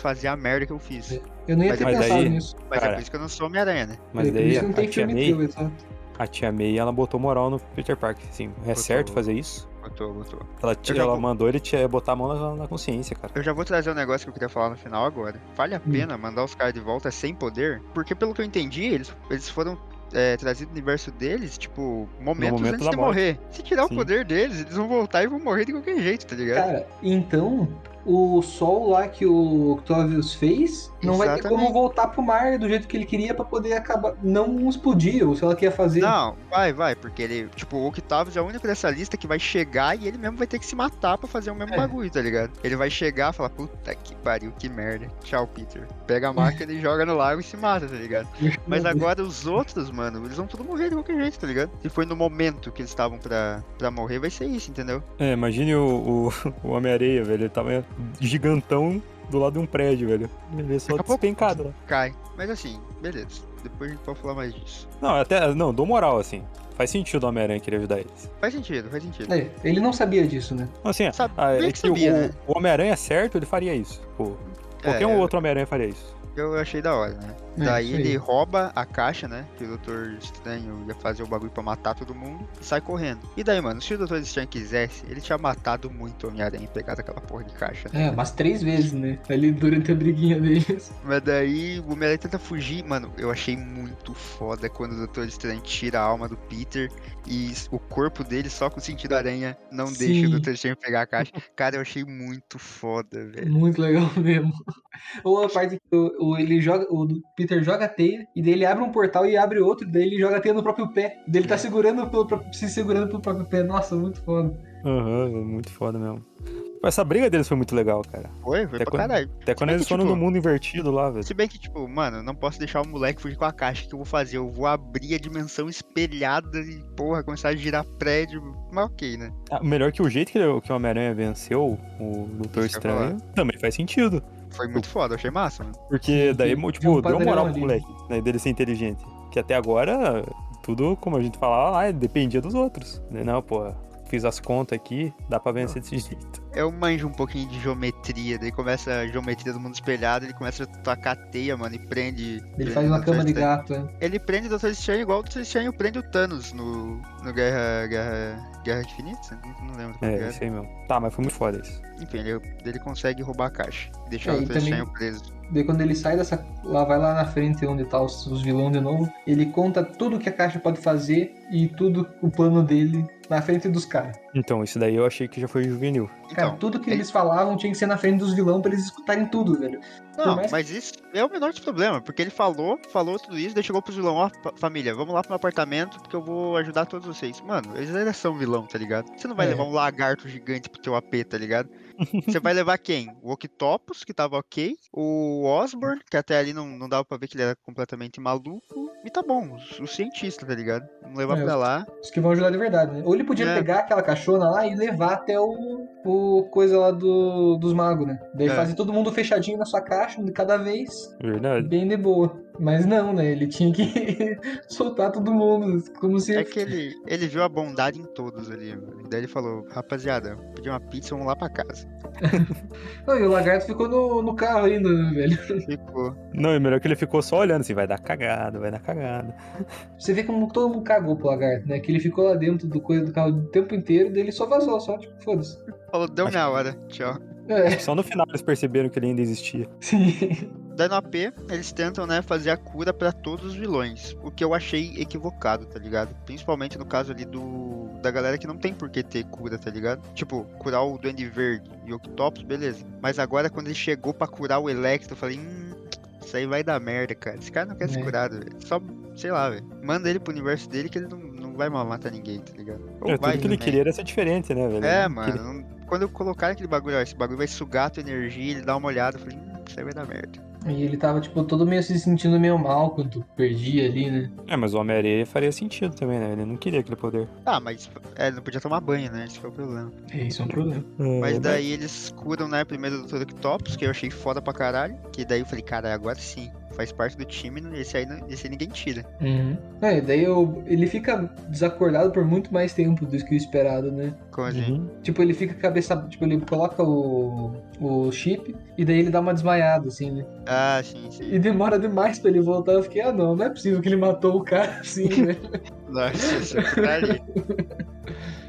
Speaker 3: fazer a merda que eu fiz.
Speaker 2: É. Eu não ia
Speaker 3: Mas
Speaker 2: ter
Speaker 1: daí-
Speaker 2: pensado nisso.
Speaker 3: Mas é
Speaker 1: Cara.
Speaker 3: por isso que eu não sou Homem-Aranha, né?
Speaker 1: Mas
Speaker 2: É, por
Speaker 1: daí
Speaker 2: isso não
Speaker 1: a
Speaker 2: tem
Speaker 1: tia,
Speaker 2: filme
Speaker 1: May,
Speaker 2: teu, é exato.
Speaker 1: a tia May, ela botou moral no Peter Parker, assim. É
Speaker 3: Botou.
Speaker 1: certo fazer isso?
Speaker 3: Botou, botou.
Speaker 1: Ela, te-
Speaker 3: já
Speaker 1: ela
Speaker 3: vou-
Speaker 1: mandou ele te, botar a mão na, na consciência, cara.
Speaker 3: Eu já vou trazer um negócio que eu queria falar no final agora. Vale a
Speaker 2: Hum.
Speaker 3: pena mandar os caras de volta sem poder? Porque pelo que eu entendi, eles, eles foram é, trazido no universo deles, tipo, momentos
Speaker 1: momento
Speaker 3: antes
Speaker 1: da
Speaker 3: de
Speaker 1: morte.
Speaker 3: morrer. Se tirar
Speaker 1: Sim.
Speaker 3: o poder deles, eles vão voltar e vão morrer de qualquer jeito, tá ligado?
Speaker 2: Cara, então o sol lá que o Octavius fez não vai ter
Speaker 3: Exatamente.
Speaker 2: como voltar pro mar do jeito que ele queria pra poder acabar. Não explodir, ou sei lá o que ia fazer.
Speaker 3: Não, vai, vai, porque ele, tipo, o Octavius é o único dessa lista que vai chegar e ele mesmo vai ter que se matar pra fazer o mesmo
Speaker 2: É.
Speaker 3: bagulho, tá ligado? Ele vai chegar e falar, puta que pariu, que merda. Tchau, Peter. Pega a
Speaker 1: [laughs]
Speaker 3: máquina e joga no lago e se mata, tá ligado? Mas agora os outros, mano, eles vão tudo morrer de qualquer jeito, tá ligado? Se foi no momento que eles estavam pra, pra morrer, vai ser isso, entendeu?
Speaker 1: É, imagine o, o, [laughs] o Homem-Areia, velho. Ele tava gigantão do lado de um prédio, velho. Ele é só
Speaker 3: Daqui a pouco-
Speaker 1: despencado lá.
Speaker 3: Cai. Mas assim, beleza. Depois a gente pode falar mais disso.
Speaker 1: Não, até. Não, dou moral, assim. Faz sentido o Homem-Aranha querer ajudar eles.
Speaker 3: Faz sentido, faz sentido.
Speaker 2: É, ele não sabia disso, né?
Speaker 1: Assim,
Speaker 3: Sabe-
Speaker 1: ah, é
Speaker 3: bem
Speaker 1: que
Speaker 3: que sabia,
Speaker 1: o,
Speaker 3: né?
Speaker 1: o Homem-Aranha é certo, ele faria isso. Pô, qualquer
Speaker 3: É,
Speaker 1: um
Speaker 3: eu-
Speaker 1: outro Homem-Aranha faria isso.
Speaker 3: Eu achei da hora, né?
Speaker 2: É,
Speaker 3: Daí
Speaker 2: isso aí.
Speaker 3: ele rouba a caixa, né? Que o Doutor Estranho ia fazer o bagulho pra matar todo mundo e sai correndo. E daí, mano, se o Doutor Estranho quisesse, ele tinha matado muito o Homem-Aranha e pegado aquela porra de caixa, né?
Speaker 2: É, mas três vezes, né? Ali durante a briguinha
Speaker 3: [laughs]
Speaker 2: deles.
Speaker 3: Mas daí o Homem-Aranha tenta fugir. Mano, eu achei muito foda quando o Doutor Estranho tira a alma do Peter e s- o corpo dele só com o sentido aranha não deixa
Speaker 2: Sim.
Speaker 3: o Doutor Estranho pegar a
Speaker 1: [laughs]
Speaker 3: caixa. Cara, eu achei muito foda, velho.
Speaker 2: Muito legal mesmo. Ou a parte que o, o- ele joga, o Peter joga a teia, e daí ele abre um portal e abre outro, daí ele joga a teia no próprio pé. Daí
Speaker 3: É.
Speaker 2: ele tá segurando pelo, pró- se segurando pelo próprio pé. Nossa, muito foda.
Speaker 1: Aham, é muito foda mesmo. Essa briga deles foi muito legal, cara.
Speaker 3: Foi, foi
Speaker 1: Até
Speaker 3: pra
Speaker 1: quando-
Speaker 3: caralho.
Speaker 1: Até quando
Speaker 3: bem
Speaker 1: eles
Speaker 3: que,
Speaker 1: foram
Speaker 3: tipo,
Speaker 1: no mundo invertido lá, velho.
Speaker 3: Se bem que, tipo, mano, não posso deixar o moleque fugir com a caixa. O que eu vou fazer? Eu vou abrir a dimensão espelhada e, porra, começar a girar prédio. Mas ok, né?
Speaker 1: Ah, melhor que o jeito que, ele- que o Homem-Aranha venceu o Doutor
Speaker 3: Isso que eu ia
Speaker 1: Estranho também faz sentido.
Speaker 3: Foi muito foda, eu achei massa, mano.
Speaker 1: Porque daí,
Speaker 2: tem- tem
Speaker 1: tipo,
Speaker 2: um
Speaker 1: deu moral
Speaker 2: padrão
Speaker 1: pro
Speaker 2: ali.
Speaker 1: moleque, né? Dele ser inteligente. Que até agora, tudo, como a gente falava lá, dependia dos outros. Né? Não, pô, fiz as contas aqui, dá pra vencer desse jeito.
Speaker 3: Eu manjo um pouquinho de geometria, daí começa a geometria do mundo espelhado, ele começa a tacar a teia, mano, e prende.
Speaker 2: Ele
Speaker 3: prende
Speaker 2: faz
Speaker 3: o
Speaker 2: uma
Speaker 3: Doutor
Speaker 2: cama de
Speaker 3: Estranho.
Speaker 2: gato, né?
Speaker 3: Ele prende o Doutor Estranho igual o Doutor Estranho prende o Thanos no, no Guerra, Guerra, Guerra Infinita? Não, não lembro qual que
Speaker 1: É,
Speaker 3: era.
Speaker 1: isso aí mesmo. Tá, mas foi muito foda isso.
Speaker 3: Enfim, ele, ele consegue roubar a caixa e deixar
Speaker 2: É,
Speaker 3: o
Speaker 2: e
Speaker 3: Doutor
Speaker 2: também-
Speaker 3: Estranho preso.
Speaker 2: Daí quando ele sai dessa. Lá vai lá na frente onde tá os, os vilões de novo. Ele conta tudo que a caixa pode fazer e tudo o plano dele na frente dos caras.
Speaker 1: Então, isso daí eu achei que já foi juvenil.
Speaker 2: Cara,
Speaker 3: Então,
Speaker 2: tudo que
Speaker 3: é-
Speaker 2: eles falavam tinha que ser na frente dos vilões pra eles escutarem tudo, velho. por
Speaker 3: não,
Speaker 2: mais-
Speaker 3: mas isso é o menor dos problemas, porque ele falou, falou tudo isso, daí chegou pro vilão, ó, fa- família, vamos lá pro meu apartamento porque eu vou ajudar todos vocês. Mano, eles ainda são vilão, tá ligado? Você não vai
Speaker 2: É.
Speaker 3: levar um lagarto gigante pro teu AP, tá ligado? Você vai levar quem? O Octopus, que tava ok, o Osborn, que até ali não, não dava pra ver que ele era completamente maluco, e tá bom, os- os cientistas, tá ligado? Vamos levar
Speaker 2: É,
Speaker 3: pra lá.
Speaker 2: Os que vão ajudar de verdade, né? Ou ele podia
Speaker 3: É.
Speaker 2: pegar aquela caixona lá e levar até o, o coisa lá do, dos magos, né? Daí
Speaker 3: É.
Speaker 2: fazer todo mundo fechadinho na sua caixa, um de cada vez,
Speaker 1: Verdade.
Speaker 2: bem de boa. Mas não, né? Ele tinha que [laughs] soltar todo mundo, como se...
Speaker 3: É que ele, ele viu a bondade em todos ali. mano. Daí ele falou, rapaziada, vou pedir uma pizza, vamos lá pra casa.
Speaker 2: Não, e o lagarto ficou no, no carro ainda, né, velho?
Speaker 3: Ficou.
Speaker 1: Não, é melhor que ele ficou só olhando assim, vai dar cagada, vai dar cagada.
Speaker 2: Você vê como todo mundo cagou pro lagarto, né? Que ele ficou lá dentro do coisa do carro o tempo inteiro, daí ele só vazou, só, tipo, foda-se.
Speaker 3: Falou, deu minha hora, tchau.
Speaker 2: É, [laughs]
Speaker 1: Só no final eles perceberam que ele ainda existia.
Speaker 2: sim.
Speaker 3: Daí no AP, eles tentam, né, fazer a cura pra todos os vilões. O que eu achei equivocado, tá ligado? Principalmente no caso ali do. Da galera que não tem por que ter cura, tá ligado? Tipo, curar o Duende Verde e o Octopus, beleza. Mas agora quando ele chegou pra curar o Electro, eu falei, hum, isso aí vai dar merda, cara. Esse cara não quer ser
Speaker 2: É.
Speaker 3: curado, velho. Só, sei lá, velho. Manda ele pro universo dele que ele não, não vai mal matar ninguém, tá ligado? Ou
Speaker 1: É, tudo que ele
Speaker 3: também.
Speaker 1: queria era ser diferente, né, velho?
Speaker 3: É,
Speaker 1: Ele
Speaker 3: mano.
Speaker 1: queria-
Speaker 3: não- Quando eu colocar aquele bagulho, ó, esse bagulho vai sugar a tua energia, ele dá uma olhada, eu falei, hum, isso aí vai dar merda.
Speaker 2: E ele tava, tipo, todo meio se sentindo meio mal quando perdia ali, né?
Speaker 1: É, mas o Homem-Aranha faria sentido também, né? Ele não queria aquele poder.
Speaker 3: Ah, mas é, não podia tomar banho, né? Esse foi o problema.
Speaker 2: É, isso é um problema.
Speaker 1: É,
Speaker 3: Mas daí eles curam, né? Primeiro do Dr. Octopus, que eu achei foda pra caralho. Que daí eu falei, cara, agora sim. Faz parte do time, não- esse aí, não- esse aí ninguém tira.
Speaker 2: É, daí eu- ele fica desacordado por muito mais tempo do que o esperado, né?
Speaker 3: Como assim?
Speaker 1: Uhum.
Speaker 2: Tipo, ele fica cabeça. Tipo, ele coloca o, o chip e daí ele dá uma desmaiada, assim, né?
Speaker 3: Ah, sim, sim.
Speaker 2: E demora demais pra ele voltar. Eu fiquei, ah não, [laughs] não é possível que ele matou o cara assim, né?
Speaker 3: Nossa, isso é putaria.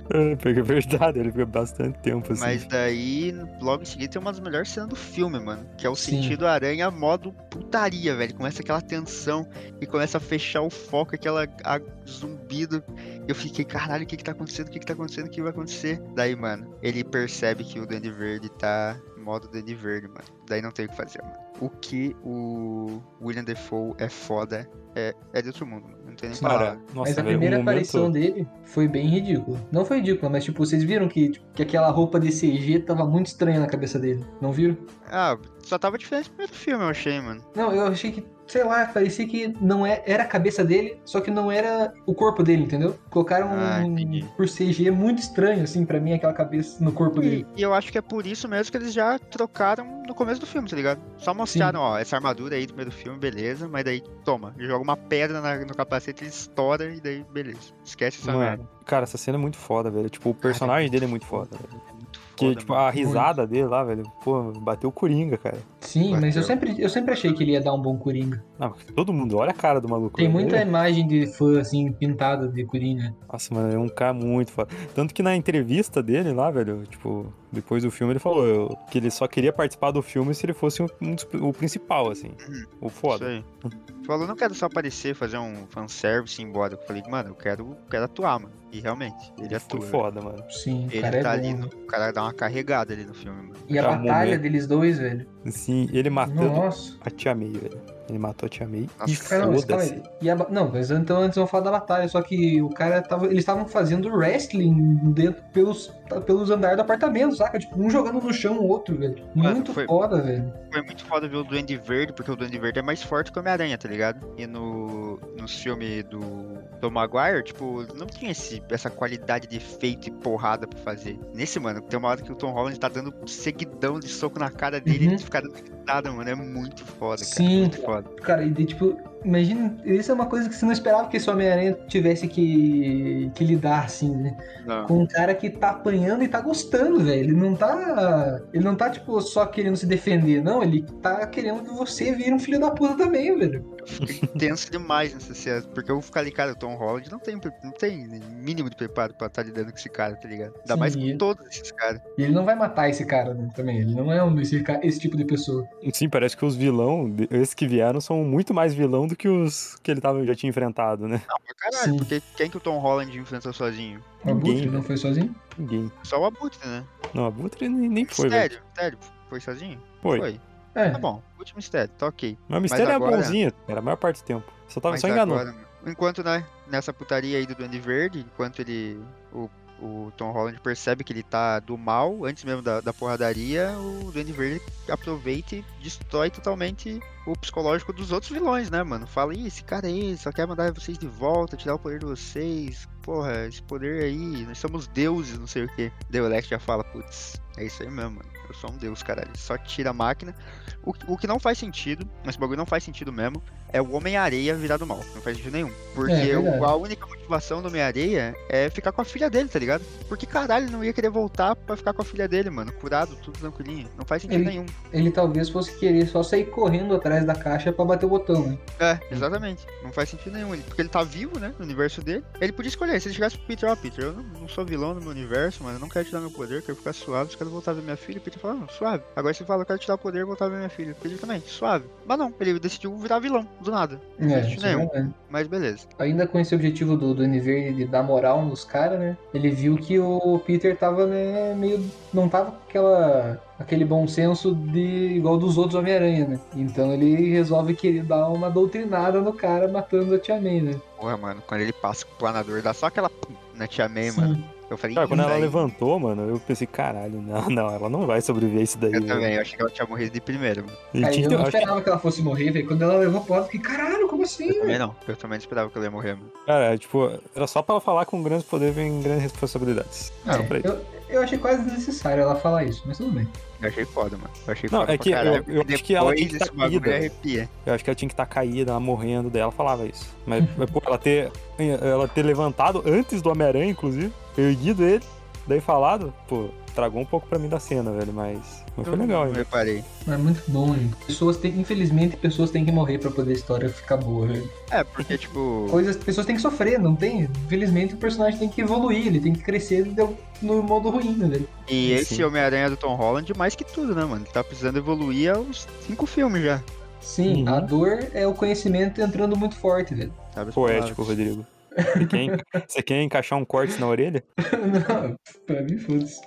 Speaker 1: É, porque é verdade, ele fica bastante tempo assim.
Speaker 3: Mas daí, logo em seguida, tem uma das melhores cenas do filme, mano. Que é o
Speaker 2: Sim.
Speaker 3: sentido aranha modo putaria, velho. Começa aquela tensão e começa a fechar o foco, aquela a, zumbido. Eu fiquei, caralho, o que que tá acontecendo? O que que tá acontecendo? O que vai acontecer? Daí, mano, ele percebe que o Dandy Verde tá em modo Dandy Verde, mano. Daí não tem o que fazer, mano. O que o William Defoe é foda é, é de outro mundo, mano. Não tem nem
Speaker 2: Sim.
Speaker 3: palavra.
Speaker 1: Cara,
Speaker 2: Mas
Speaker 1: nossa,
Speaker 2: a
Speaker 1: velho, o
Speaker 2: primeira
Speaker 1: momento...
Speaker 2: aparição dele foi bem ridícula. Não foi ridícula, mas tipo, vocês viram que, tipo, que aquela roupa de CG tava muito estranha na cabeça dele. Não viram?
Speaker 3: Ah, só tava diferente do primeiro filme, eu achei, mano.
Speaker 2: Não, eu achei que, sei lá, parecia que não é, era a cabeça dele, só que não era o corpo dele, entendeu? Colocaram
Speaker 3: Ah,
Speaker 2: um-
Speaker 3: entendi.
Speaker 2: por CG muito estranho, assim, pra mim, aquela cabeça no corpo
Speaker 3: E,
Speaker 2: dele.
Speaker 3: e eu acho que é por isso mesmo que eles já trocaram no começo do filme, tá ligado? Só mostraram, ó, essa armadura aí do primeiro filme, beleza, mas daí toma, joga uma pedra na- no capacete, ele estoura e daí beleza. Esquece essa merda.
Speaker 1: Mano, cara, essa cena é muito foda, velho. Tipo, o personagem dele é muito foda. velho.
Speaker 3: Muito foda,
Speaker 1: Que, tipo,
Speaker 3: mano.
Speaker 1: a risada dele lá, velho, pô, bateu o Coringa, cara.
Speaker 2: Sim, mas eu
Speaker 3: Hum, Bateu.
Speaker 2: sempre, eu sempre achei que ele ia dar um bom Coringa.
Speaker 1: Não, todo mundo, olha a cara do maluco.
Speaker 2: Tem
Speaker 1: velho.
Speaker 2: muita
Speaker 1: Ele-
Speaker 2: imagem de fã, assim, pintada de Coringa.
Speaker 1: Nossa, mano, é um cara muito foda. Tanto que na entrevista dele lá, velho, tipo, depois do filme ele falou eu- que ele só queria participar do filme se ele fosse um- um dos- o principal, assim. O
Speaker 3: Isso
Speaker 1: foda.
Speaker 3: aí. Tu Falou, não quero só aparecer, fazer um fanservice e ir embora. Eu falei, mano, eu quero, quero atuar, mano. E realmente, ele
Speaker 1: Foi
Speaker 3: atua. velho.
Speaker 1: é foda, mano.
Speaker 2: Sim, o
Speaker 3: Ele
Speaker 2: cara
Speaker 3: tá
Speaker 2: é
Speaker 3: ali,
Speaker 2: bom.
Speaker 3: no, o cara dá uma carregada ali no filme, mano.
Speaker 2: E a
Speaker 1: Tá,
Speaker 2: batalha
Speaker 1: momento.
Speaker 2: deles dois, velho.
Speaker 1: Sim, ele matando
Speaker 2: Nossa.
Speaker 1: a Tia May, velho. Ele matou a Tia May
Speaker 3: Nossa,
Speaker 1: e
Speaker 2: Cara, não, mas calma
Speaker 1: foda-se.
Speaker 2: aí. E a ba- Não, mas então antes vamos falar da batalha, só que o cara tava. Eles estavam fazendo wrestling dentro pelos, tá- pelos andares do apartamento, saca? Tipo, um jogando no chão o outro, velho.
Speaker 3: Mano,
Speaker 2: Muito
Speaker 3: foi-
Speaker 2: foda, velho.
Speaker 3: Foi é muito foda ver o Duende Verde, porque o Duende Verde é mais forte que o Homem-Aranha, tá ligado? E no, nos filmes do, do Maguire, tipo, não tinha esse, essa qualidade de efeito e porrada pra fazer. Nesse, mano, tem uma hora que o Tom Holland tá dando seguidão de soco na cara
Speaker 2: Uhum.
Speaker 3: dele e ele fica dando gritada, mano. É muito foda, cara.
Speaker 2: Sim,
Speaker 3: Muito foda.
Speaker 2: Cara, e de, tipo, imagina. Isso é uma coisa que você não esperava que esse Homem-Aranha tivesse que, que lidar, assim, né?
Speaker 3: Não.
Speaker 2: Com um cara que tá apanhando e tá gostando, velho. Ele não tá. Ele não tá, tipo, só querendo se defender, não. Ele tá querendo que você vire um filho da puta também, velho.
Speaker 3: Fiquei tenso demais nessa cena, porque eu vou ficar ali, cara, o Tom Holland não tem, pre- não tem mínimo de preparo pra estar lidando com esse cara, tá ligado? Ainda
Speaker 2: Sim,
Speaker 3: mais com
Speaker 2: e-
Speaker 3: todos esses caras.
Speaker 2: E ele não vai matar esse cara né, também. Ele não é um desse, ca- esse tipo de pessoa.
Speaker 1: Sim, parece que os vilão, de- esses que vieram, são muito mais vilão do que os que ele tava, já tinha enfrentado, né?
Speaker 3: Não, pra caralho,
Speaker 2: Sim.
Speaker 3: porque quem que o Tom Holland enfrentou sozinho?
Speaker 2: O
Speaker 1: Ninguém,
Speaker 2: Abutre um não
Speaker 1: velho.
Speaker 2: foi sozinho?
Speaker 1: Ninguém.
Speaker 3: Só o Abutre, né?
Speaker 1: Não, a Butre nem, nem foi, velho.
Speaker 3: Mistério, sério, foi sozinho?
Speaker 1: Foi.
Speaker 2: É.
Speaker 3: Tá bom, último mistério, tá ok.
Speaker 1: Mas o mistério era
Speaker 3: agora-
Speaker 1: bonzinho, era a maior parte do tempo. Só tava
Speaker 3: Mas
Speaker 1: só enganando.
Speaker 3: agora, mano, enquanto, né, nessa putaria aí do Duende Verde, enquanto ele. O, o Tom Holland percebe que ele tá do mal, antes mesmo da, da porradaria, o Duende Verde aproveita e destrói totalmente o psicológico dos outros vilões, né, mano? Fala, Ih, esse cara aí só quer mandar vocês de volta, tirar o poder de vocês. Porra, esse poder aí, nós somos deuses, não sei o quê. Daí o Alex já fala, putz, é isso aí mesmo, mano. Eu sou um deus, caralho. Só tira a máquina. O, o que não faz sentido, esse bagulho não faz sentido mesmo é o Homem-Areia virar do mal. Não faz sentido nenhum. Porque
Speaker 2: É,
Speaker 3: o-
Speaker 2: verdade.
Speaker 3: a única motivação do Homem-Areia é ficar com a filha dele, tá ligado? Porque caralho, ele não ia querer voltar pra ficar com a filha dele, mano. Curado, tudo tranquilinho. Não faz sentido
Speaker 2: Ele-
Speaker 3: nenhum.
Speaker 2: Ele talvez fosse querer só sair correndo atrás da caixa pra bater o botão, né?
Speaker 3: É, exatamente. Não faz sentido nenhum. Ele- Porque ele tá vivo, né? No universo dele. Ele podia escolher. Se ele chegasse pro Peter, ó, Peter, eu não, não sou vilão no meu universo, mano. Eu não quero te dar meu poder, eu quero ficar suave. Eu quero voltar a ver minha filha. O Peter fala, não, suave. Agora você fala, eu quero te dar o poder e voltar a ver minha filha. O Peter também, suave. Mas não, ele decidiu virar vilão, do nada. Não
Speaker 2: É,
Speaker 3: faz sentido
Speaker 2: isso é
Speaker 3: nenhum.
Speaker 2: verdade.
Speaker 3: Mas beleza.
Speaker 2: Ainda com esse objetivo do, do Verde de dar moral nos caras, né? Ele viu que o Peter tava, né, meio. não tava com aquela. aquele bom senso de. igual dos outros Homem-Aranha, né? Então ele resolve querer dar uma doutrinada no cara matando a Tia May, né?
Speaker 3: Porra, mano, quando ele passa com o planador, dá só aquela pum na Tia May, É, mano. Eu falei,
Speaker 1: Cara, quando
Speaker 3: "Isso
Speaker 1: ela
Speaker 3: aí".
Speaker 1: levantou, mano, eu pensei, caralho, não, [laughs] não, ela não vai sobreviver a isso daí.
Speaker 3: Eu
Speaker 1: velho.
Speaker 3: também, eu achei que ela tinha morrido de primeiro. mano.
Speaker 1: E
Speaker 2: Cara,
Speaker 1: tinha
Speaker 2: É, eu
Speaker 1: que-
Speaker 2: não
Speaker 1: acho que-
Speaker 2: esperava que ela fosse morrer, velho. Quando ela levou a porta, eu fiquei, caralho, como assim?
Speaker 3: Eu também não. Eu também não esperava que ela ia morrer, mano.
Speaker 1: cara, tipo, era só pra ela falar com grande poder vem grandes responsabilidades.
Speaker 3: Não,
Speaker 1: Ah, peraí.
Speaker 2: É, eu, eu achei quase desnecessário ela falar isso, mas tudo bem.
Speaker 3: Eu achei foda, mano. Eu achei
Speaker 1: Não,
Speaker 3: foda
Speaker 1: é
Speaker 3: pra
Speaker 1: que eu-
Speaker 3: caralho.
Speaker 1: eu
Speaker 3: porque
Speaker 1: acho que ela
Speaker 3: depois
Speaker 1: tem que tá
Speaker 3: desse bagulho
Speaker 1: caída.
Speaker 3: arrepia.
Speaker 1: Eu acho que ela tinha que estar caída, ela morrendo, daí ela falava isso. Mas, mas, pô, ela ter, ela ter levantado antes do Homem-Aranha, inclusive, erguido ele, Daí falado, pô, tragou um pouco pra mim da cena, velho, mas, mas foi
Speaker 3: Eu
Speaker 1: legal,
Speaker 3: não
Speaker 1: hein?
Speaker 3: reparei.
Speaker 2: É muito bom, gente. Pessoas têm, infelizmente, pessoas têm que morrer pra poder a história ficar boa, velho.
Speaker 3: É, porque, tipo.
Speaker 2: Coisas, pessoas têm que sofrer, não tem? Infelizmente, o personagem tem que evoluir, ele tem que crescer de- no modo ruim, né, velho?
Speaker 3: E
Speaker 1: Sim.
Speaker 3: esse Homem-Aranha do Tom Holland, mais que tudo, né, mano? Ele tá precisando evoluir aos cinco filmes já.
Speaker 2: Sim,
Speaker 1: Uhum.
Speaker 2: a dor é o conhecimento entrando muito forte, velho. [laughs]
Speaker 3: Sabe as
Speaker 1: Poético,
Speaker 3: palavras.
Speaker 1: Rodrigo. Você quer, en-
Speaker 3: [laughs]
Speaker 1: você quer encaixar um corte na orelha?
Speaker 2: Não, pra mim, foda-se.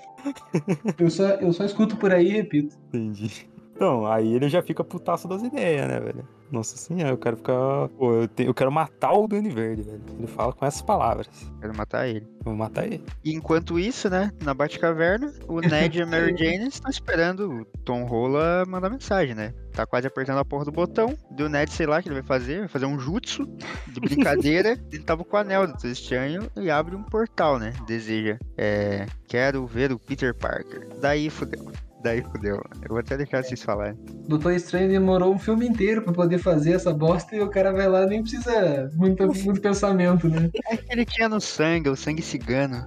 Speaker 2: Eu só, eu só escuto por aí e repito.
Speaker 1: Entendi. Então, aí ele já fica putaço das ideias, né, velho? Nossa senhora, eu quero ficar. Pô, eu, te- eu quero matar o Duende Verde, velho. Ele fala com essas palavras.
Speaker 3: Quero matar ele.
Speaker 1: Eu Vou matar ele.
Speaker 3: E enquanto isso, né, na Batcaverna,
Speaker 2: [laughs]
Speaker 3: o Ned e a Mary Jane estão esperando o Tom Rola mandar mensagem, né? Tá quase apertando a porra do botão. Do Ned, sei lá o que ele vai fazer, vai fazer um jutsu
Speaker 2: [laughs]
Speaker 3: de brincadeira. ele tava com o anel do estranho e abre um portal, né? Deseja. É. Quero ver o Peter Parker. Daí fudeu. Daí fudeu. Eu vou até deixar vocês falarem.
Speaker 2: Doutor Estranho demorou um filme inteiro pra poder fazer essa bosta e o cara vai lá e nem precisa muito, muito pensamento, né?
Speaker 3: É que ele tinha no sangue, o sangue cigano.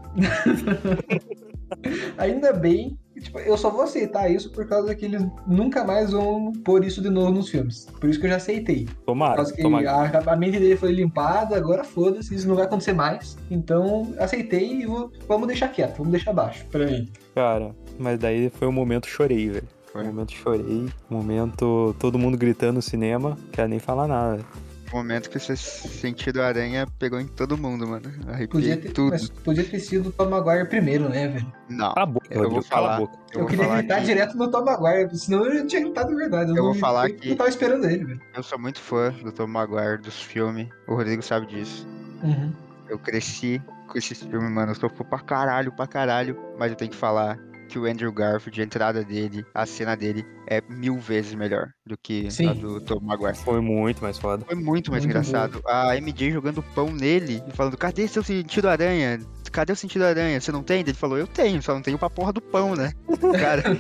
Speaker 2: Ainda bem, que, tipo, eu só vou aceitar isso por causa que eles nunca mais vão pôr isso de novo nos filmes. Por isso que eu já aceitei. Por
Speaker 1: Tomara,
Speaker 2: causa que
Speaker 1: tomara.
Speaker 2: a, a mente dele foi limpada, agora foda-se, isso não vai acontecer mais. Então, aceitei e vou- vamos deixar quieto, vamos deixar baixo pra mim.
Speaker 1: Cara, mas daí foi um momento chorei, velho. Foi um momento chorei. um Momento todo mundo gritando no cinema. Quero nem falar nada, velho.
Speaker 3: O momento que esse sentido aranha pegou em todo mundo, mano. Arrepiei
Speaker 2: Podia ter,
Speaker 3: tudo.
Speaker 2: mas podia ter sido o Tom Maguire primeiro, né, velho?
Speaker 3: Não.
Speaker 1: Cala a boca,
Speaker 3: Eu vou
Speaker 1: Rodrigo, cala a
Speaker 3: falar.
Speaker 1: boca.
Speaker 2: Eu,
Speaker 3: vou
Speaker 2: queria
Speaker 3: falar
Speaker 2: gritar
Speaker 3: que-
Speaker 2: direto no Tom Maguire, senão eu tinha gritado de verdade.
Speaker 3: Eu
Speaker 2: não-
Speaker 3: vou falar
Speaker 2: eu
Speaker 3: que-
Speaker 2: não tava esperando ele, velho.
Speaker 3: Eu sou muito fã do Tom Maguire, dos filmes. O Rodrigo sabe disso.
Speaker 2: Uhum.
Speaker 3: Eu cresci com esses filmes, mano. Eu sou fã pra caralho, pra caralho. Mas eu tenho que falar que o Andrew Garfield, a entrada dele, a cena dele, é mil vezes melhor do que
Speaker 2: Sim.
Speaker 3: a do Tom Maguire.
Speaker 1: Foi muito mais foda.
Speaker 3: Foi muito mais
Speaker 2: Muito
Speaker 3: engraçado. A MJ jogando pão nele e falando: Cadê seu sentido aranha? Cadê o sentido aranha? Você não tem? Ele falou: Eu tenho, só não tenho pra porra do
Speaker 2: [laughs]
Speaker 3: pão, né? Cara,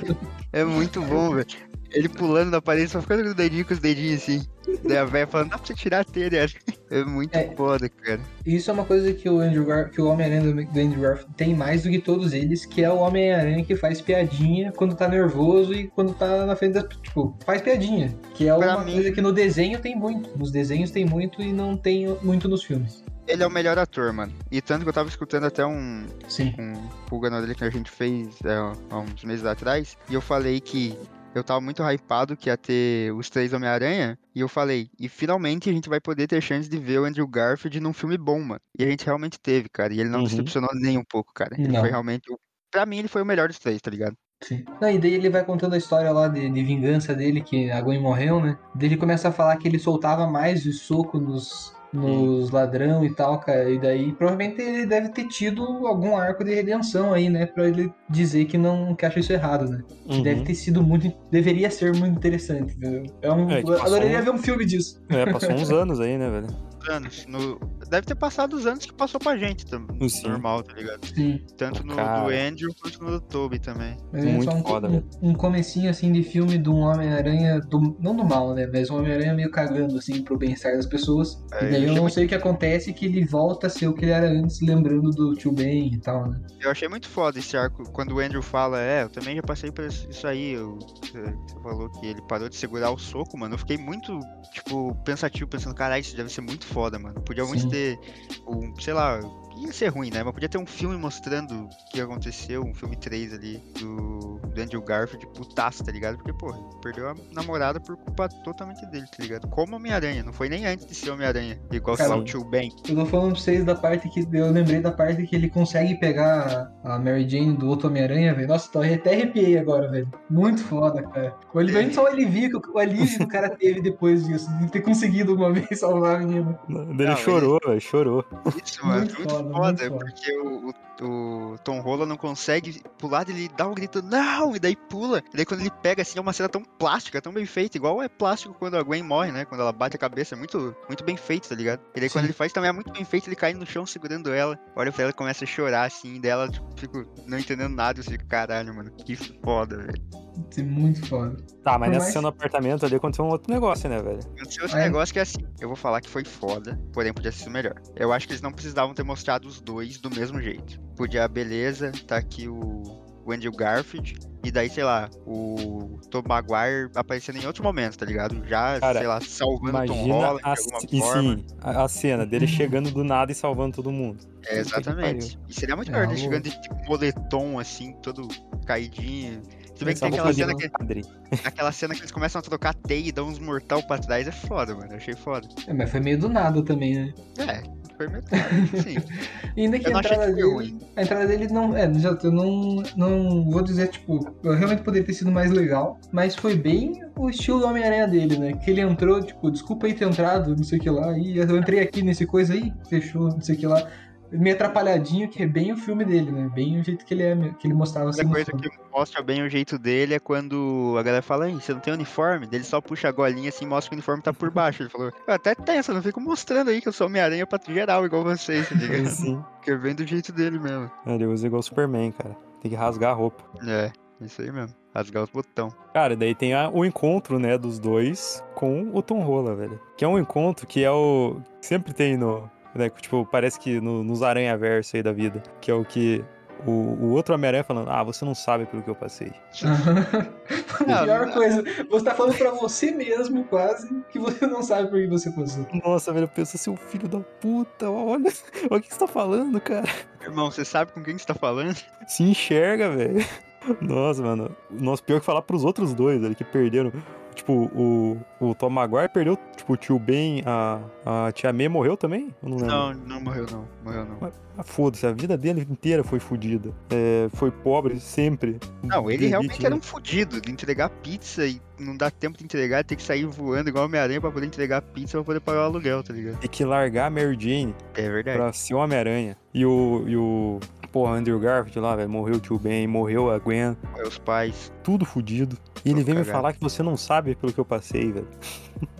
Speaker 3: é muito bom, velho. Ele pulando na parede, só ficando com os dedinhos, com os dedinhos assim. Daí a velha falando: Dá pra você tirar a telha. É muito
Speaker 2: É.
Speaker 3: foda, cara.
Speaker 2: E isso é uma coisa que o, Andrew Gar- que o Homem-Aranha do, do Andrew Garfield tem mais do que todos eles, que é o Homem-Aranha que faz piadinha quando tá nervoso e quando tá na frente da. Tipo, faz piadinha. Que é
Speaker 3: Pra
Speaker 2: uma
Speaker 3: mim-
Speaker 2: coisa que no desenho tem muito. Nos desenhos tem muito e não tem muito nos filmes.
Speaker 3: Ele é o melhor ator, mano. E tanto que eu tava escutando até um,
Speaker 2: Sim.
Speaker 3: um Fuga na Orelha que a gente fez é, há uns meses atrás, e eu falei que eu tava muito hypado que ia ter os três Homem-Aranha, e eu falei, e finalmente a gente vai poder ter chance de ver o Andrew Garfield num filme bom, mano. E a gente realmente teve, cara, e ele não
Speaker 1: Uhum.
Speaker 3: decepcionou nem um pouco, cara. Ele
Speaker 2: Não.
Speaker 3: foi realmente. o- Pra mim, ele foi o melhor dos três, tá ligado?
Speaker 2: Sim. Não, e daí ele vai contando a história lá de, de vingança dele, que a Gwen morreu, né? Daí ele começa a falar que ele soltava mais de soco nos, nos ladrão e tal, cara. E daí provavelmente ele deve ter tido algum arco de redenção aí, né? Pra ele dizer que não que acha isso errado, né? Que
Speaker 1: Uhum.
Speaker 2: deve ter sido muito. Deveria ser muito interessante, entendeu? É um,
Speaker 1: É, que
Speaker 2: eu
Speaker 1: passou
Speaker 2: adoraria
Speaker 1: um-
Speaker 2: ver um filme disso.
Speaker 1: É, passou uns anos aí, né, velho?
Speaker 3: Anos. no- Deve ter passado os anos que passou pra gente, tam-
Speaker 1: Sim.
Speaker 3: normal, tá ligado?
Speaker 2: Sim.
Speaker 3: Tanto no do
Speaker 1: Cara.
Speaker 3: Andrew quanto no do Toby também.
Speaker 2: Mas
Speaker 1: Muito
Speaker 2: é só um,
Speaker 1: foda,
Speaker 2: um-
Speaker 1: velho.
Speaker 2: um comecinho assim de filme de um Homem-Aranha, do- não do mal, né? Mas um Homem-Aranha meio cagando assim pro bem-estar das pessoas.
Speaker 3: É,
Speaker 2: E daí
Speaker 3: eu
Speaker 2: eu não
Speaker 3: achei
Speaker 2: sei o que acontece que ele volta a ser o que ele era antes, lembrando do tio Ben e tal, né?
Speaker 3: Eu achei muito foda esse arco quando o Andrew fala, é, eu também já passei por isso isso aí. Eu, você falou que ele parou de segurar o soco, mano. Eu fiquei muito, tipo, pensativo, pensando, caralho, isso deve ser muito foda, mano. Podia muito
Speaker 2: Sim.
Speaker 3: ter um, sei lá, ia ser ruim, né? Mas podia ter um filme mostrando o que aconteceu, um filme 3 ali, do, do Andrew Garfield putaço, tá ligado? Porque, pô, ele perdeu a namorada por culpa totalmente dele, tá ligado? Como Homem-Aranha, não foi nem antes de ser Homem-Aranha, igual sei lá, o
Speaker 1: Cara,
Speaker 3: Tio Ben.
Speaker 2: Eu tô falando pra vocês da parte que. Eu lembrei da parte que ele consegue pegar a Mary Jane do outro Homem-Aranha, velho. Nossa, tô até arrepiei agora, velho. Muito foda, cara. O alívio, a gente só o alívio, que- o alívio que o cara teve depois disso, de ter conseguido uma [laughs] vez salvar a menina.
Speaker 1: Ele
Speaker 3: Não,
Speaker 1: chorou, velho, chorou.
Speaker 3: Isso, mano,
Speaker 2: Muito
Speaker 3: muito,
Speaker 2: foda,
Speaker 3: foda,
Speaker 2: muito foda.
Speaker 3: porque o, o- o Tom Rola não consegue pular dele e dá um grito, não, pau, e daí pula. E daí quando ele pega, assim, é uma cena tão plástica, tão bem feita, igual é plástico quando a Gwen morre, né? Quando ela bate a cabeça, é muito, muito bem feito, tá ligado? E daí quando
Speaker 2: Sim.
Speaker 3: ele faz também é muito bem feito, ele cai no chão segurando ela, olha pra ela e começa a chorar, assim, dela, tipo, fico não entendendo nada, assim, caralho, mano, que foda, velho.
Speaker 2: Isso é muito foda.
Speaker 1: Tá, mas
Speaker 2: Por
Speaker 1: nessa
Speaker 2: mais-
Speaker 1: cena no apartamento ali aconteceu um outro negócio, né, velho?
Speaker 3: Aconteceu esse
Speaker 2: É.
Speaker 3: negócio que é assim, eu vou falar que foi foda, porém podia ter sido melhor. Eu acho que eles não precisavam ter mostrado os dois do mesmo jeito. Podia, beleza, tá aqui o, o Andrew Garfield, e daí, sei lá, o Tom Maguire aparecendo em outro momento, tá ligado? Já,
Speaker 1: Cara,
Speaker 3: sei lá, salvando o Tom
Speaker 1: Imagina
Speaker 3: Holland de
Speaker 1: a,
Speaker 3: alguma
Speaker 1: e
Speaker 3: forma.
Speaker 1: sim, a, a cena
Speaker 3: [laughs]
Speaker 1: dele chegando do nada e salvando todo mundo.
Speaker 3: É, exatamente. E seria muito
Speaker 2: É,
Speaker 3: melhor ele
Speaker 2: alô.
Speaker 3: chegando de tipo, moletom, assim, todo caidinho. Se bem que tem
Speaker 1: Salvou
Speaker 3: aquela
Speaker 1: todo
Speaker 3: cena
Speaker 1: mundo.
Speaker 3: que, aquela cena que eles começam a trocar teia e dão uns mortal pra trás, é foda, mano. Eu achei foda.
Speaker 2: É, mas foi meio do nada também, né?
Speaker 3: É, foi meio claro,
Speaker 2: [laughs]
Speaker 3: sim.
Speaker 2: E ainda que
Speaker 3: Eu
Speaker 2: a
Speaker 3: não achei
Speaker 2: entrada
Speaker 3: que foi ruim.
Speaker 2: dele. A entrada dele não. É, já eu não. Não vou dizer, tipo, eu realmente poderia ter sido mais legal, mas foi bem o estilo do Homem-Aranha dele, né? Que ele entrou, tipo, desculpa aí ter entrado, não sei o que lá, e eu entrei aqui nesse coisa aí, fechou, não sei o que lá. Meio atrapalhadinho, que é bem o filme dele, né? Bem o jeito que ele é, que ele mostrava assim.
Speaker 3: Outra
Speaker 2: no
Speaker 3: coisa
Speaker 2: filme.
Speaker 3: que mostra bem o jeito dele é quando a galera fala, Ei, você não tem uniforme? Daí Ele só puxa a golinha assim e mostra que o uniforme tá por baixo. Ele falou, eu até tenho, eu não fico mostrando aí que eu sou Homem-Aranha pra geral, igual vocês, tá ligado?
Speaker 1: Sim.
Speaker 3: Porque vem do jeito dele mesmo.
Speaker 1: Ele usa igual o Superman, cara. Tem que rasgar a roupa.
Speaker 3: É, isso aí mesmo. Rasgar
Speaker 2: [laughs]
Speaker 3: os botão.
Speaker 1: Cara, daí tem a- o encontro, né, dos dois com o Tom Rola, velho. Que é um encontro que é o. que Sempre tem no. né, tipo, parece que no- nos aranha-verso aí da vida. Que é o que. O, o outro Homem-Aranha falando, ah, você não sabe pelo que eu passei.
Speaker 2: [laughs] a
Speaker 3: Não,
Speaker 2: pior
Speaker 3: não-
Speaker 2: coisa, você tá falando pra você mesmo, quase, que você não sabe por que você passou.
Speaker 1: Nossa, velho, pensa, seu filho da puta, olha, [laughs] olha o que você tá falando, cara.
Speaker 3: Irmão, você sabe com quem você tá falando?
Speaker 1: Se enxerga, velho. [laughs] Nossa, mano. Nossa, pior que falar pros outros dois, velho, que perderam. Tipo, o, o Tom Maguire perdeu, tipo, o tio Ben, a, a tia May morreu também? Eu não
Speaker 2: Hum.
Speaker 1: lembro.
Speaker 3: Não, não morreu não, morreu não.
Speaker 1: Ah, foda-se, a vida dele inteira foi fodida. É, foi pobre sempre.
Speaker 3: Não, ele
Speaker 1: Elite,
Speaker 3: realmente
Speaker 1: né?
Speaker 3: era um fudido de entregar pizza e não dá tempo de entregar, tem que sair voando igual Homem-Aranha pra poder entregar pizza pra poder pagar o aluguel, tá ligado?
Speaker 1: Tem que largar a Mary Jane
Speaker 3: É verdade.
Speaker 1: pra ser o Homem-Aranha. E o, e o. Porra, Andrew Garfield lá, velho. Morreu o tio Ben, morreu a Gwen.
Speaker 3: Meus pais.
Speaker 1: Tudo fudido. E ele
Speaker 3: Tô
Speaker 1: vem me
Speaker 3: cagado.
Speaker 1: falar que você não sabe pelo que eu passei, velho.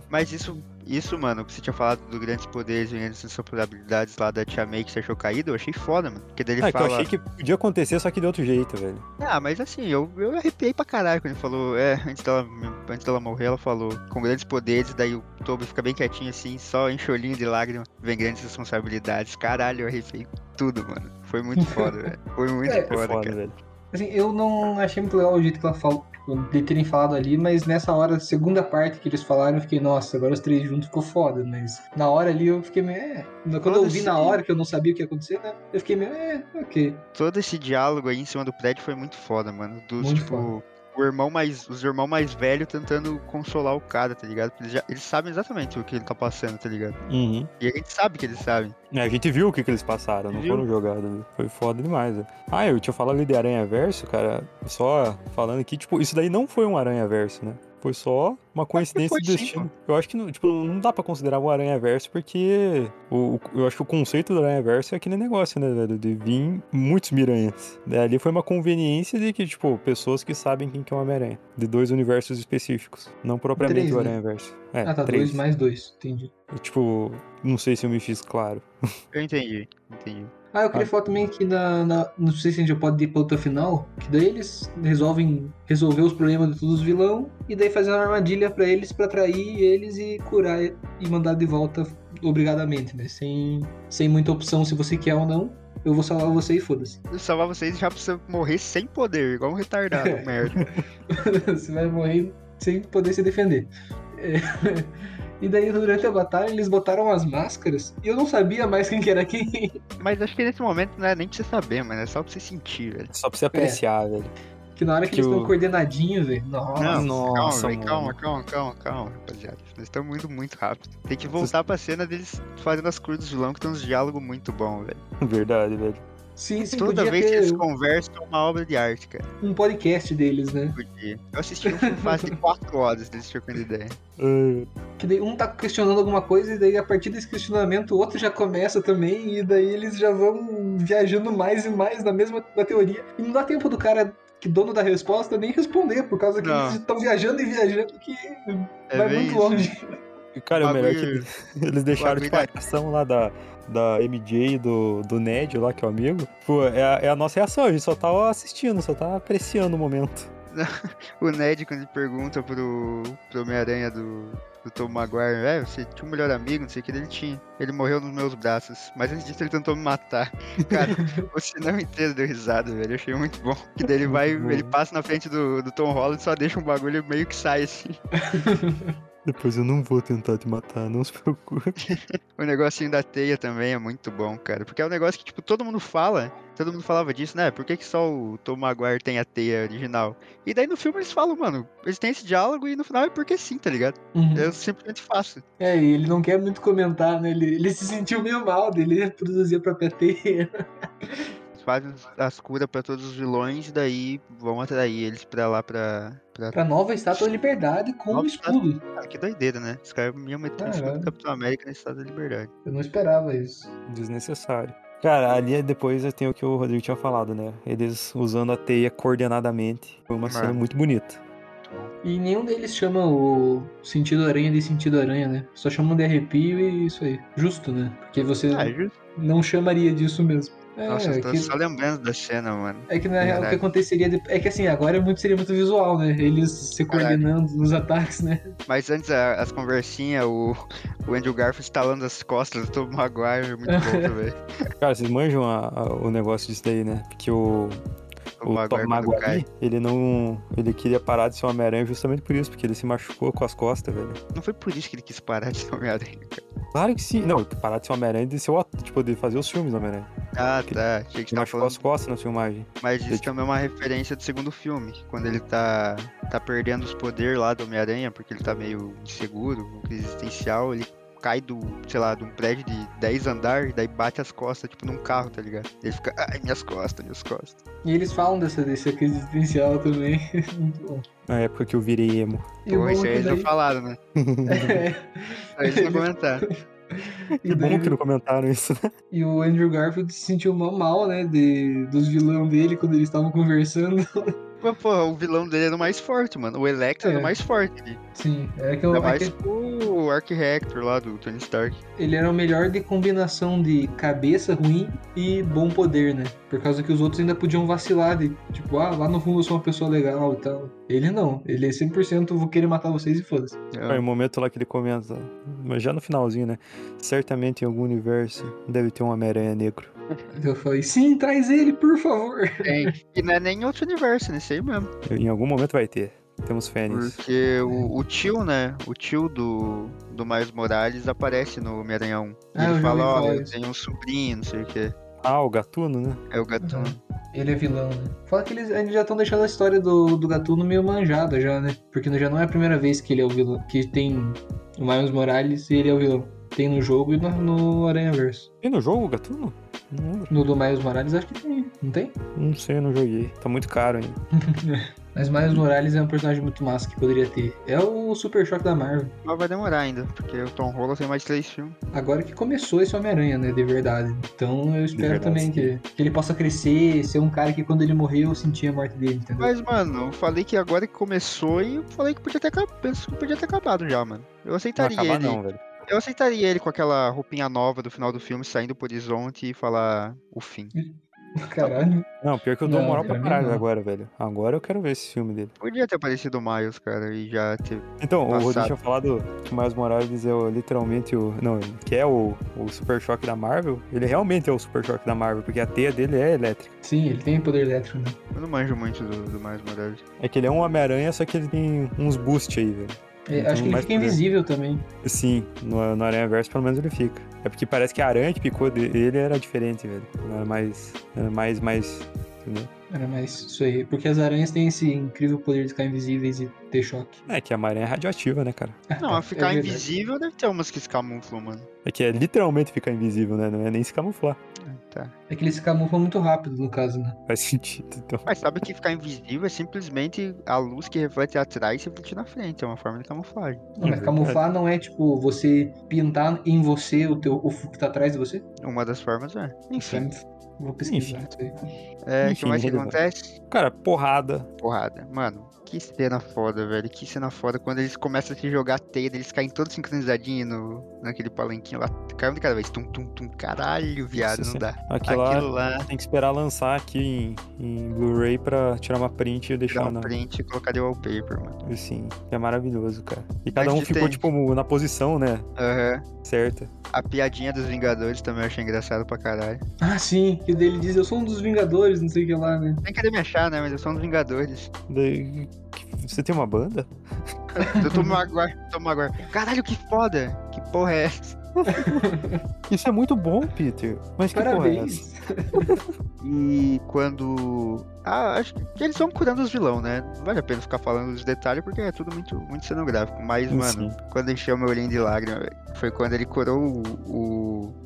Speaker 3: Mas isso, isso, mano, que você tinha falado dos grandes poderes e grandes responsabilidades lá da Tia May que você achou caído, eu achei foda, mano. Porque daí ele
Speaker 1: Ah, que eu
Speaker 3: fala.
Speaker 1: achei que podia acontecer, só que de outro jeito, velho.
Speaker 3: Ah, mas assim, eu, eu arrepiei pra caralho quando ele falou. É, antes dela, antes dela morrer, ela falou com grandes poderes, daí o Toby fica bem quietinho assim, só enche o olhinho de lágrima, vem grandes responsabilidades. Caralho, eu arrepiei tudo, mano. Foi
Speaker 1: [laughs]
Speaker 3: muito foda, velho. Foi muito
Speaker 2: É,
Speaker 1: Foi
Speaker 3: foda,
Speaker 1: foda,
Speaker 3: cara.
Speaker 1: velho.
Speaker 2: Assim, eu não achei muito legal o jeito que ela falou, tipo, de terem falado ali, mas nessa hora, segunda parte que eles falaram, eu fiquei, nossa, agora os três juntos ficou foda, mas na hora ali eu fiquei meio, é. Quando eu
Speaker 3: Foda-se.
Speaker 2: vi na hora que eu não sabia o que ia acontecer, né? Eu fiquei meio, é, ok.
Speaker 3: Todo esse diálogo aí em cima do prédio foi muito foda, mano. Dos,
Speaker 2: Muito
Speaker 3: tipo. O irmão mais, os irmãos mais velhos tentando consolar o cara, tá ligado? Porque Eles, já- eles sabem exatamente o que ele tá passando, tá ligado?
Speaker 1: Uhum.
Speaker 3: E a gente sabe que eles sabem.
Speaker 1: É, a gente viu o que, que eles passaram, não
Speaker 3: Viu?
Speaker 1: foram jogados. né? Foi foda demais. Né? Ah, eu tinha falado ali de Aranha Verso, cara. Só falando que, tipo, isso daí não foi um Aranha Verso, né? Foi só uma coincidência
Speaker 3: foi
Speaker 1: do
Speaker 3: sim,
Speaker 1: destino. Eu acho que não, tipo, não dá pra considerar o Aranha Verso, porque o, o- eu acho que o conceito do Aranha Verso é aquele negócio, né, velho? De vir muitos miranhas. Daí Ali foi uma conveniência de que, tipo, pessoas que sabem quem que é o Homem-Aranha. De dois universos específicos. Não propriamente
Speaker 2: Três,
Speaker 1: o
Speaker 2: né?
Speaker 1: Aranha Verso. É,
Speaker 2: ah, tá,
Speaker 1: três.
Speaker 2: dois mais dois, entendi.
Speaker 1: Eu, Tipo, não sei se eu me fiz claro.
Speaker 3: Eu entendi, entendi.
Speaker 2: Ah, eu queria falar também que na, na- Não sei se a gente já pode ir pra outra final, que daí eles resolvem resolver os problemas de todos os vilão e daí fazer uma armadilha pra eles pra atrair eles e curar e e mandar de volta obrigadamente, né? Sem, sem muita opção se você quer ou não. Eu vou salvar você e foda-se. [laughs]
Speaker 3: Eu salvar vocês já precisa morrer sem poder, igual um retardado,
Speaker 2: É.
Speaker 3: merda.
Speaker 2: você vai morrer sem poder se defender. É. [laughs] E daí, durante a batalha, eles botaram as máscaras e eu não sabia mais quem que era quem.
Speaker 3: Mas acho que nesse momento não é nem pra você saber, mano. É só pra você sentir, velho.
Speaker 1: É Só pra você apreciar, velho.
Speaker 2: Que na hora que,
Speaker 1: Que
Speaker 2: eles
Speaker 1: o-
Speaker 2: estão coordenadinhos, velho. Nossa.
Speaker 3: Não,
Speaker 1: nossa,
Speaker 3: calma, velho, calma,
Speaker 1: mano.
Speaker 3: calma, calma, calma, rapaziada. Nós estamos indo muito rápido. Tem que voltar pra cena deles fazendo as cores dos vilão, que tem uns diálogos muito bons, velho.
Speaker 1: Verdade, velho.
Speaker 2: Sim, sim,
Speaker 3: Toda
Speaker 2: Assim, podia
Speaker 3: vez que
Speaker 2: ter
Speaker 3: eles conversam, é uma obra de arte, cara.
Speaker 2: um podcast deles, né?
Speaker 3: Podia. Eu assisti um filme faz
Speaker 2: [laughs]
Speaker 3: de 4 horas deles trocando ideia.
Speaker 1: Ah,
Speaker 2: Que daí um tá questionando alguma coisa e daí a partir desse questionamento o outro já começa também e daí eles já vão viajando mais e mais na mesma na teoria. E não dá tempo do cara que dono da resposta nem responder, por causa que
Speaker 3: Não.
Speaker 2: eles estão viajando e viajando que
Speaker 3: É
Speaker 2: vai
Speaker 3: bem
Speaker 2: muito
Speaker 3: isso.
Speaker 2: longe.
Speaker 1: E, cara, é o melhor é que [laughs]
Speaker 3: Bagulho-
Speaker 1: Eles deixaram,
Speaker 3: bagulho é-
Speaker 1: tipo, a reação lá da, da MJ e do, do Ned lá, que é o amigo. Pô, é a, é a nossa reação, a gente só tá assistindo, só tá apreciando o momento. [laughs]
Speaker 3: O Ned, quando ele pergunta pro, pro Homem-Aranha do, do Tom Maguire, é, você tinha um melhor amigo, não sei o que, ele tinha. Ele morreu nos meus braços, mas antes disso ele tentou
Speaker 2: [laughs]
Speaker 3: me matar. Cara, você não inteiro deu risada, velho, eu achei muito bom. Que daí ele vai,
Speaker 1: Muito bom.
Speaker 3: ele passa na frente do, do Tom Holland e só deixa um bagulho meio que sai assim.
Speaker 1: Depois eu não vou tentar te matar, não se preocupe. [laughs]
Speaker 3: O negocinho da teia também é muito bom, cara. Porque é um negócio que, tipo, todo mundo fala. Todo mundo falava disso, né? Por que, que só o Tom Maguire tem a teia original? E daí no filme eles falam, mano, eles têm esse diálogo e no final é porque sim, tá ligado?
Speaker 2: Uhum.
Speaker 3: Eu simplesmente faço.
Speaker 2: É, e ele não quer muito comentar, né? Ele, ele se sentiu meio mal dele reproduzir a própria
Speaker 3: [laughs]
Speaker 2: teia.
Speaker 3: fazem os- as curas pra todos os vilões e daí vão atrair eles pra lá pra. pra...
Speaker 2: Pra nova estátua da liberdade com um
Speaker 3: Nova
Speaker 2: escudo.
Speaker 3: Ah, que doideira, né? Os caras iam meter um escudo
Speaker 2: Caralho.
Speaker 3: do Capitão América na Estado da Liberdade.
Speaker 2: Eu não esperava isso.
Speaker 1: Desnecessário. Cara, ali é depois tem o que o Rodrigo tinha falado, né? Eles usando a teia coordenadamente. Foi uma
Speaker 3: Mano.
Speaker 1: cena muito bonita.
Speaker 2: E nenhum deles chama o sentido aranha de sentido aranha, né? Só chamam de arrepio e isso aí. Justo, né? Porque você
Speaker 3: Ah, justo.
Speaker 2: não chamaria disso mesmo. É,
Speaker 3: Nossa, eu tô
Speaker 2: que-
Speaker 3: só lembrando da cena, mano.
Speaker 2: É que na real o que
Speaker 3: Verdade.
Speaker 2: aconteceria de- é que assim, agora é muito, seria muito visual, né? Eles se
Speaker 3: Caralho.
Speaker 2: coordenando nos ataques, né?
Speaker 3: Mas antes a- as conversinhas, o, o Andrew Garfield estalando as costas do Tom Maguire, é muito bom
Speaker 2: [laughs]
Speaker 3: velho.
Speaker 1: Cara, vocês manjam a- a- o negócio disso daí, né? Porque o, o Tom
Speaker 3: quando
Speaker 1: Maguire, ele não... Ele queria parar de ser um Homem-Aranha justamente por isso, porque ele se machucou com as costas, velho.
Speaker 3: Não foi por isso que ele quis parar de ser Homem-Aranha.
Speaker 1: [laughs] Claro que sim. Não, parar de ser um Homem-Aranha e de ser o ato- tipo, de fazer os filmes do Homem-Aranha.
Speaker 3: Ah, tá. Achei
Speaker 1: Ele
Speaker 3: que você tava
Speaker 1: machucou
Speaker 3: falando
Speaker 1: as costas na filmagem.
Speaker 3: Mas isso
Speaker 1: Tipo-
Speaker 3: também é uma referência do segundo filme, quando ele tá, tá perdendo os poderes lá do Homem-Aranha, porque ele tá meio inseguro, com crise existencial, ele cai do, sei lá, de um prédio de 10 andares, daí bate as costas, tipo, num carro, tá ligado? Ele fica, ai, minhas costas, minhas costas.
Speaker 2: E eles falam dessa, dessa crise existencial também. [laughs]
Speaker 1: Na época que eu virei emo.
Speaker 2: E o
Speaker 3: Pô,
Speaker 2: bom
Speaker 3: isso aí
Speaker 2: que
Speaker 3: eles não
Speaker 2: daí...
Speaker 3: falaram, né?
Speaker 2: [laughs] É,
Speaker 3: Isso
Speaker 2: [laughs]
Speaker 3: aí eles não comentaram.
Speaker 1: Que
Speaker 2: e,
Speaker 1: bom
Speaker 2: daí,
Speaker 1: que não comentaram isso, né?
Speaker 2: e o Andrew Garfield se sentiu mal, mal né? De, dos vilão dele quando eles estavam conversando. [laughs]
Speaker 3: Mas, porra, o vilão dele era o mais forte, mano. O Electro era
Speaker 2: É.
Speaker 3: o mais forte. Ele
Speaker 2: Sim, é que, eu,
Speaker 3: Ainda
Speaker 2: é
Speaker 3: mais
Speaker 2: que
Speaker 3: o Arc Rector lá do Tony Stark.
Speaker 2: ele era o melhor de combinação de cabeça ruim e bom poder, né? Por causa que os outros ainda podiam vacilar de tipo, ah, lá no fundo eu sou uma pessoa legal e tal. Ele não, ele é 100% vou querer matar vocês e foda-se.
Speaker 3: Tá.
Speaker 1: Aí É o momento lá que ele comenta, mas já no finalzinho, né? Certamente em algum universo deve ter um Homem-Aranha negro.
Speaker 2: Eu falei, sim, traz ele, por favor.
Speaker 3: Tem. E não é nem outro universo, nesse aí mesmo.
Speaker 1: Em algum momento vai ter. Temos fênix.
Speaker 3: Porque o, o tio, né? O tio do, do Miles Morales aparece no Homem-Aranha 1. E
Speaker 2: Ah, eu já
Speaker 3: ele fala,
Speaker 2: ouvi
Speaker 3: ó,
Speaker 2: falar
Speaker 3: eu
Speaker 2: isso."
Speaker 3: tenho um sobrinho, não sei o quê.
Speaker 1: Ah, o gatuno, né?
Speaker 3: É o gatuno.
Speaker 2: Ele é vilão, né? Fala que eles, eles já estão deixando a história do, do gatuno meio manjada já, né? Porque já não é a primeira vez que ele é o vilão. Que tem o Miles Morales e ele é o vilão. Tem no jogo e no, no Aranhaverso.
Speaker 1: Tem no jogo o gatuno? Não lembro.
Speaker 2: No do Miles Morales acho que tem, não tem?
Speaker 1: Não sei, eu não joguei. Tá muito caro ainda.
Speaker 2: Mas Miles Morales é um personagem muito massa que poderia ter. É o Super Choque da Marvel.
Speaker 3: Mas vai demorar ainda, porque o Tom Holland tem mais três filmes.
Speaker 2: Agora que começou esse Homem-Aranha, né? De verdade. Então eu espero
Speaker 1: verdade,
Speaker 2: também
Speaker 1: sim.
Speaker 2: que, que ele possa crescer, ser um cara que quando ele morreu eu sentia a morte dele,
Speaker 3: [laughs]
Speaker 2: entendeu?
Speaker 3: Mas, mano, eu falei que agora que começou e eu falei que podia ter acabado. Penso que podia ter acabado já, mano. Eu
Speaker 2: Tá
Speaker 1: Não
Speaker 3: aceitaria
Speaker 1: acaba
Speaker 3: ele.
Speaker 1: não, velho.
Speaker 3: Eu aceitaria ele com aquela roupinha nova do final do filme, saindo pro horizonte e falar o fim.
Speaker 2: Caralho.
Speaker 1: Não, pior que eu dou
Speaker 2: Não,
Speaker 1: moral
Speaker 2: pra
Speaker 1: pra
Speaker 2: mim
Speaker 1: caralho
Speaker 2: não.
Speaker 1: agora, velho. Agora eu quero ver esse filme dele.
Speaker 3: Podia ter aparecido o Miles, cara, e já ter
Speaker 1: Então, o Rodrigo
Speaker 3: Passado.
Speaker 1: tinha falado que o Miles Morales é o- literalmente o. Não, que é o, o Super Choque da Marvel. Ele realmente é o Super Choque da Marvel, porque a teia dele é elétrica.
Speaker 2: Sim, ele tem poder elétrico, né?
Speaker 3: Eu não manjo muito do, do Miles Morales.
Speaker 1: É que ele é um Homem-Aranha, só que ele tem uns boosts aí, velho.
Speaker 2: É,
Speaker 1: Então,
Speaker 2: acho que ele
Speaker 1: mais
Speaker 2: fica
Speaker 1: poder.
Speaker 2: invisível também.
Speaker 1: Sim, no, no Aranha Verso pelo menos ele fica. É porque parece que a aranha que picou dele era diferente, velho. Era mais. Era mais, mais. Entendeu?
Speaker 2: Era mais isso aí. Porque as aranhas têm esse incrível poder de ficar invisíveis e ter choque.
Speaker 1: É que a maranha é radioativa, né, cara?
Speaker 2: [laughs]
Speaker 3: Não, a ficar
Speaker 2: É, verdade.
Speaker 3: invisível deve ter umas que se camuflam, mano.
Speaker 1: É que é literalmente ficar invisível, né? Não é nem se camuflar.
Speaker 3: Tá.
Speaker 2: É que eles se camuflam muito rápido, no caso, né?
Speaker 1: Faz sentido, então.
Speaker 3: Mas sabe que ficar invisível é simplesmente a luz que reflete atrás e reflete na frente. É uma forma de camuflagem.
Speaker 2: Não, mas
Speaker 1: verdade.
Speaker 2: camuflar não é tipo você pintar em você o teu o que tá atrás de você.
Speaker 3: Uma das formas é.
Speaker 2: Isso é
Speaker 3: Enfim.
Speaker 2: Vou pesquisar isso aí.
Speaker 3: É, o que
Speaker 1: Enfim,
Speaker 3: mais que
Speaker 1: relevante.
Speaker 3: acontece?
Speaker 1: Cara, porrada.
Speaker 3: Porrada. Mano, que cena foda, velho. Que cena foda. Quando eles começam a se jogar a teia, eles caem todos sincronizadinhos no, naquele palanquinho lá. Caiu de cada vez. Tum, tum, tum. Caralho, viado,
Speaker 1: Nossa
Speaker 3: não dá. um
Speaker 1: Aquilo lá-
Speaker 3: Aquilo lá,
Speaker 1: Tem que esperar lançar aqui em, em Blu-ray pra tirar uma print e
Speaker 3: tirar
Speaker 1: deixar
Speaker 3: um
Speaker 1: na.
Speaker 3: print e colocar de wallpaper, mano.
Speaker 1: Assim, é maravilhoso, cara. E cada
Speaker 3: Mas
Speaker 1: um
Speaker 3: que
Speaker 1: ficou,
Speaker 3: tem.
Speaker 1: tipo, na posição, né?
Speaker 3: Aham.
Speaker 1: Certa.
Speaker 3: A piadinha dos Vingadores também eu achei engraçado pra caralho.
Speaker 2: Ah, sim, que dele diz, eu sou um dos Vingadores, não sei o que lá, né?
Speaker 3: Nem querer me achar, né? Mas eu sou um dos Vingadores. [laughs]
Speaker 1: Daí, Você tem uma banda?
Speaker 3: Eu tô magoar, tô magoar. Caralho, que foda! Que porra é essa?
Speaker 1: Isso é muito bom, Peter. Mas que porra é essa?
Speaker 2: Parabéns.
Speaker 3: E quando. Ah, acho que eles vão curando os vilão, né? Não vale a pena ficar falando os detalhes porque é tudo muito, muito cenográfico. Mas,
Speaker 1: Sim.
Speaker 3: mano, quando encheu meu olhinho de lágrima, velho, foi quando ele curou o,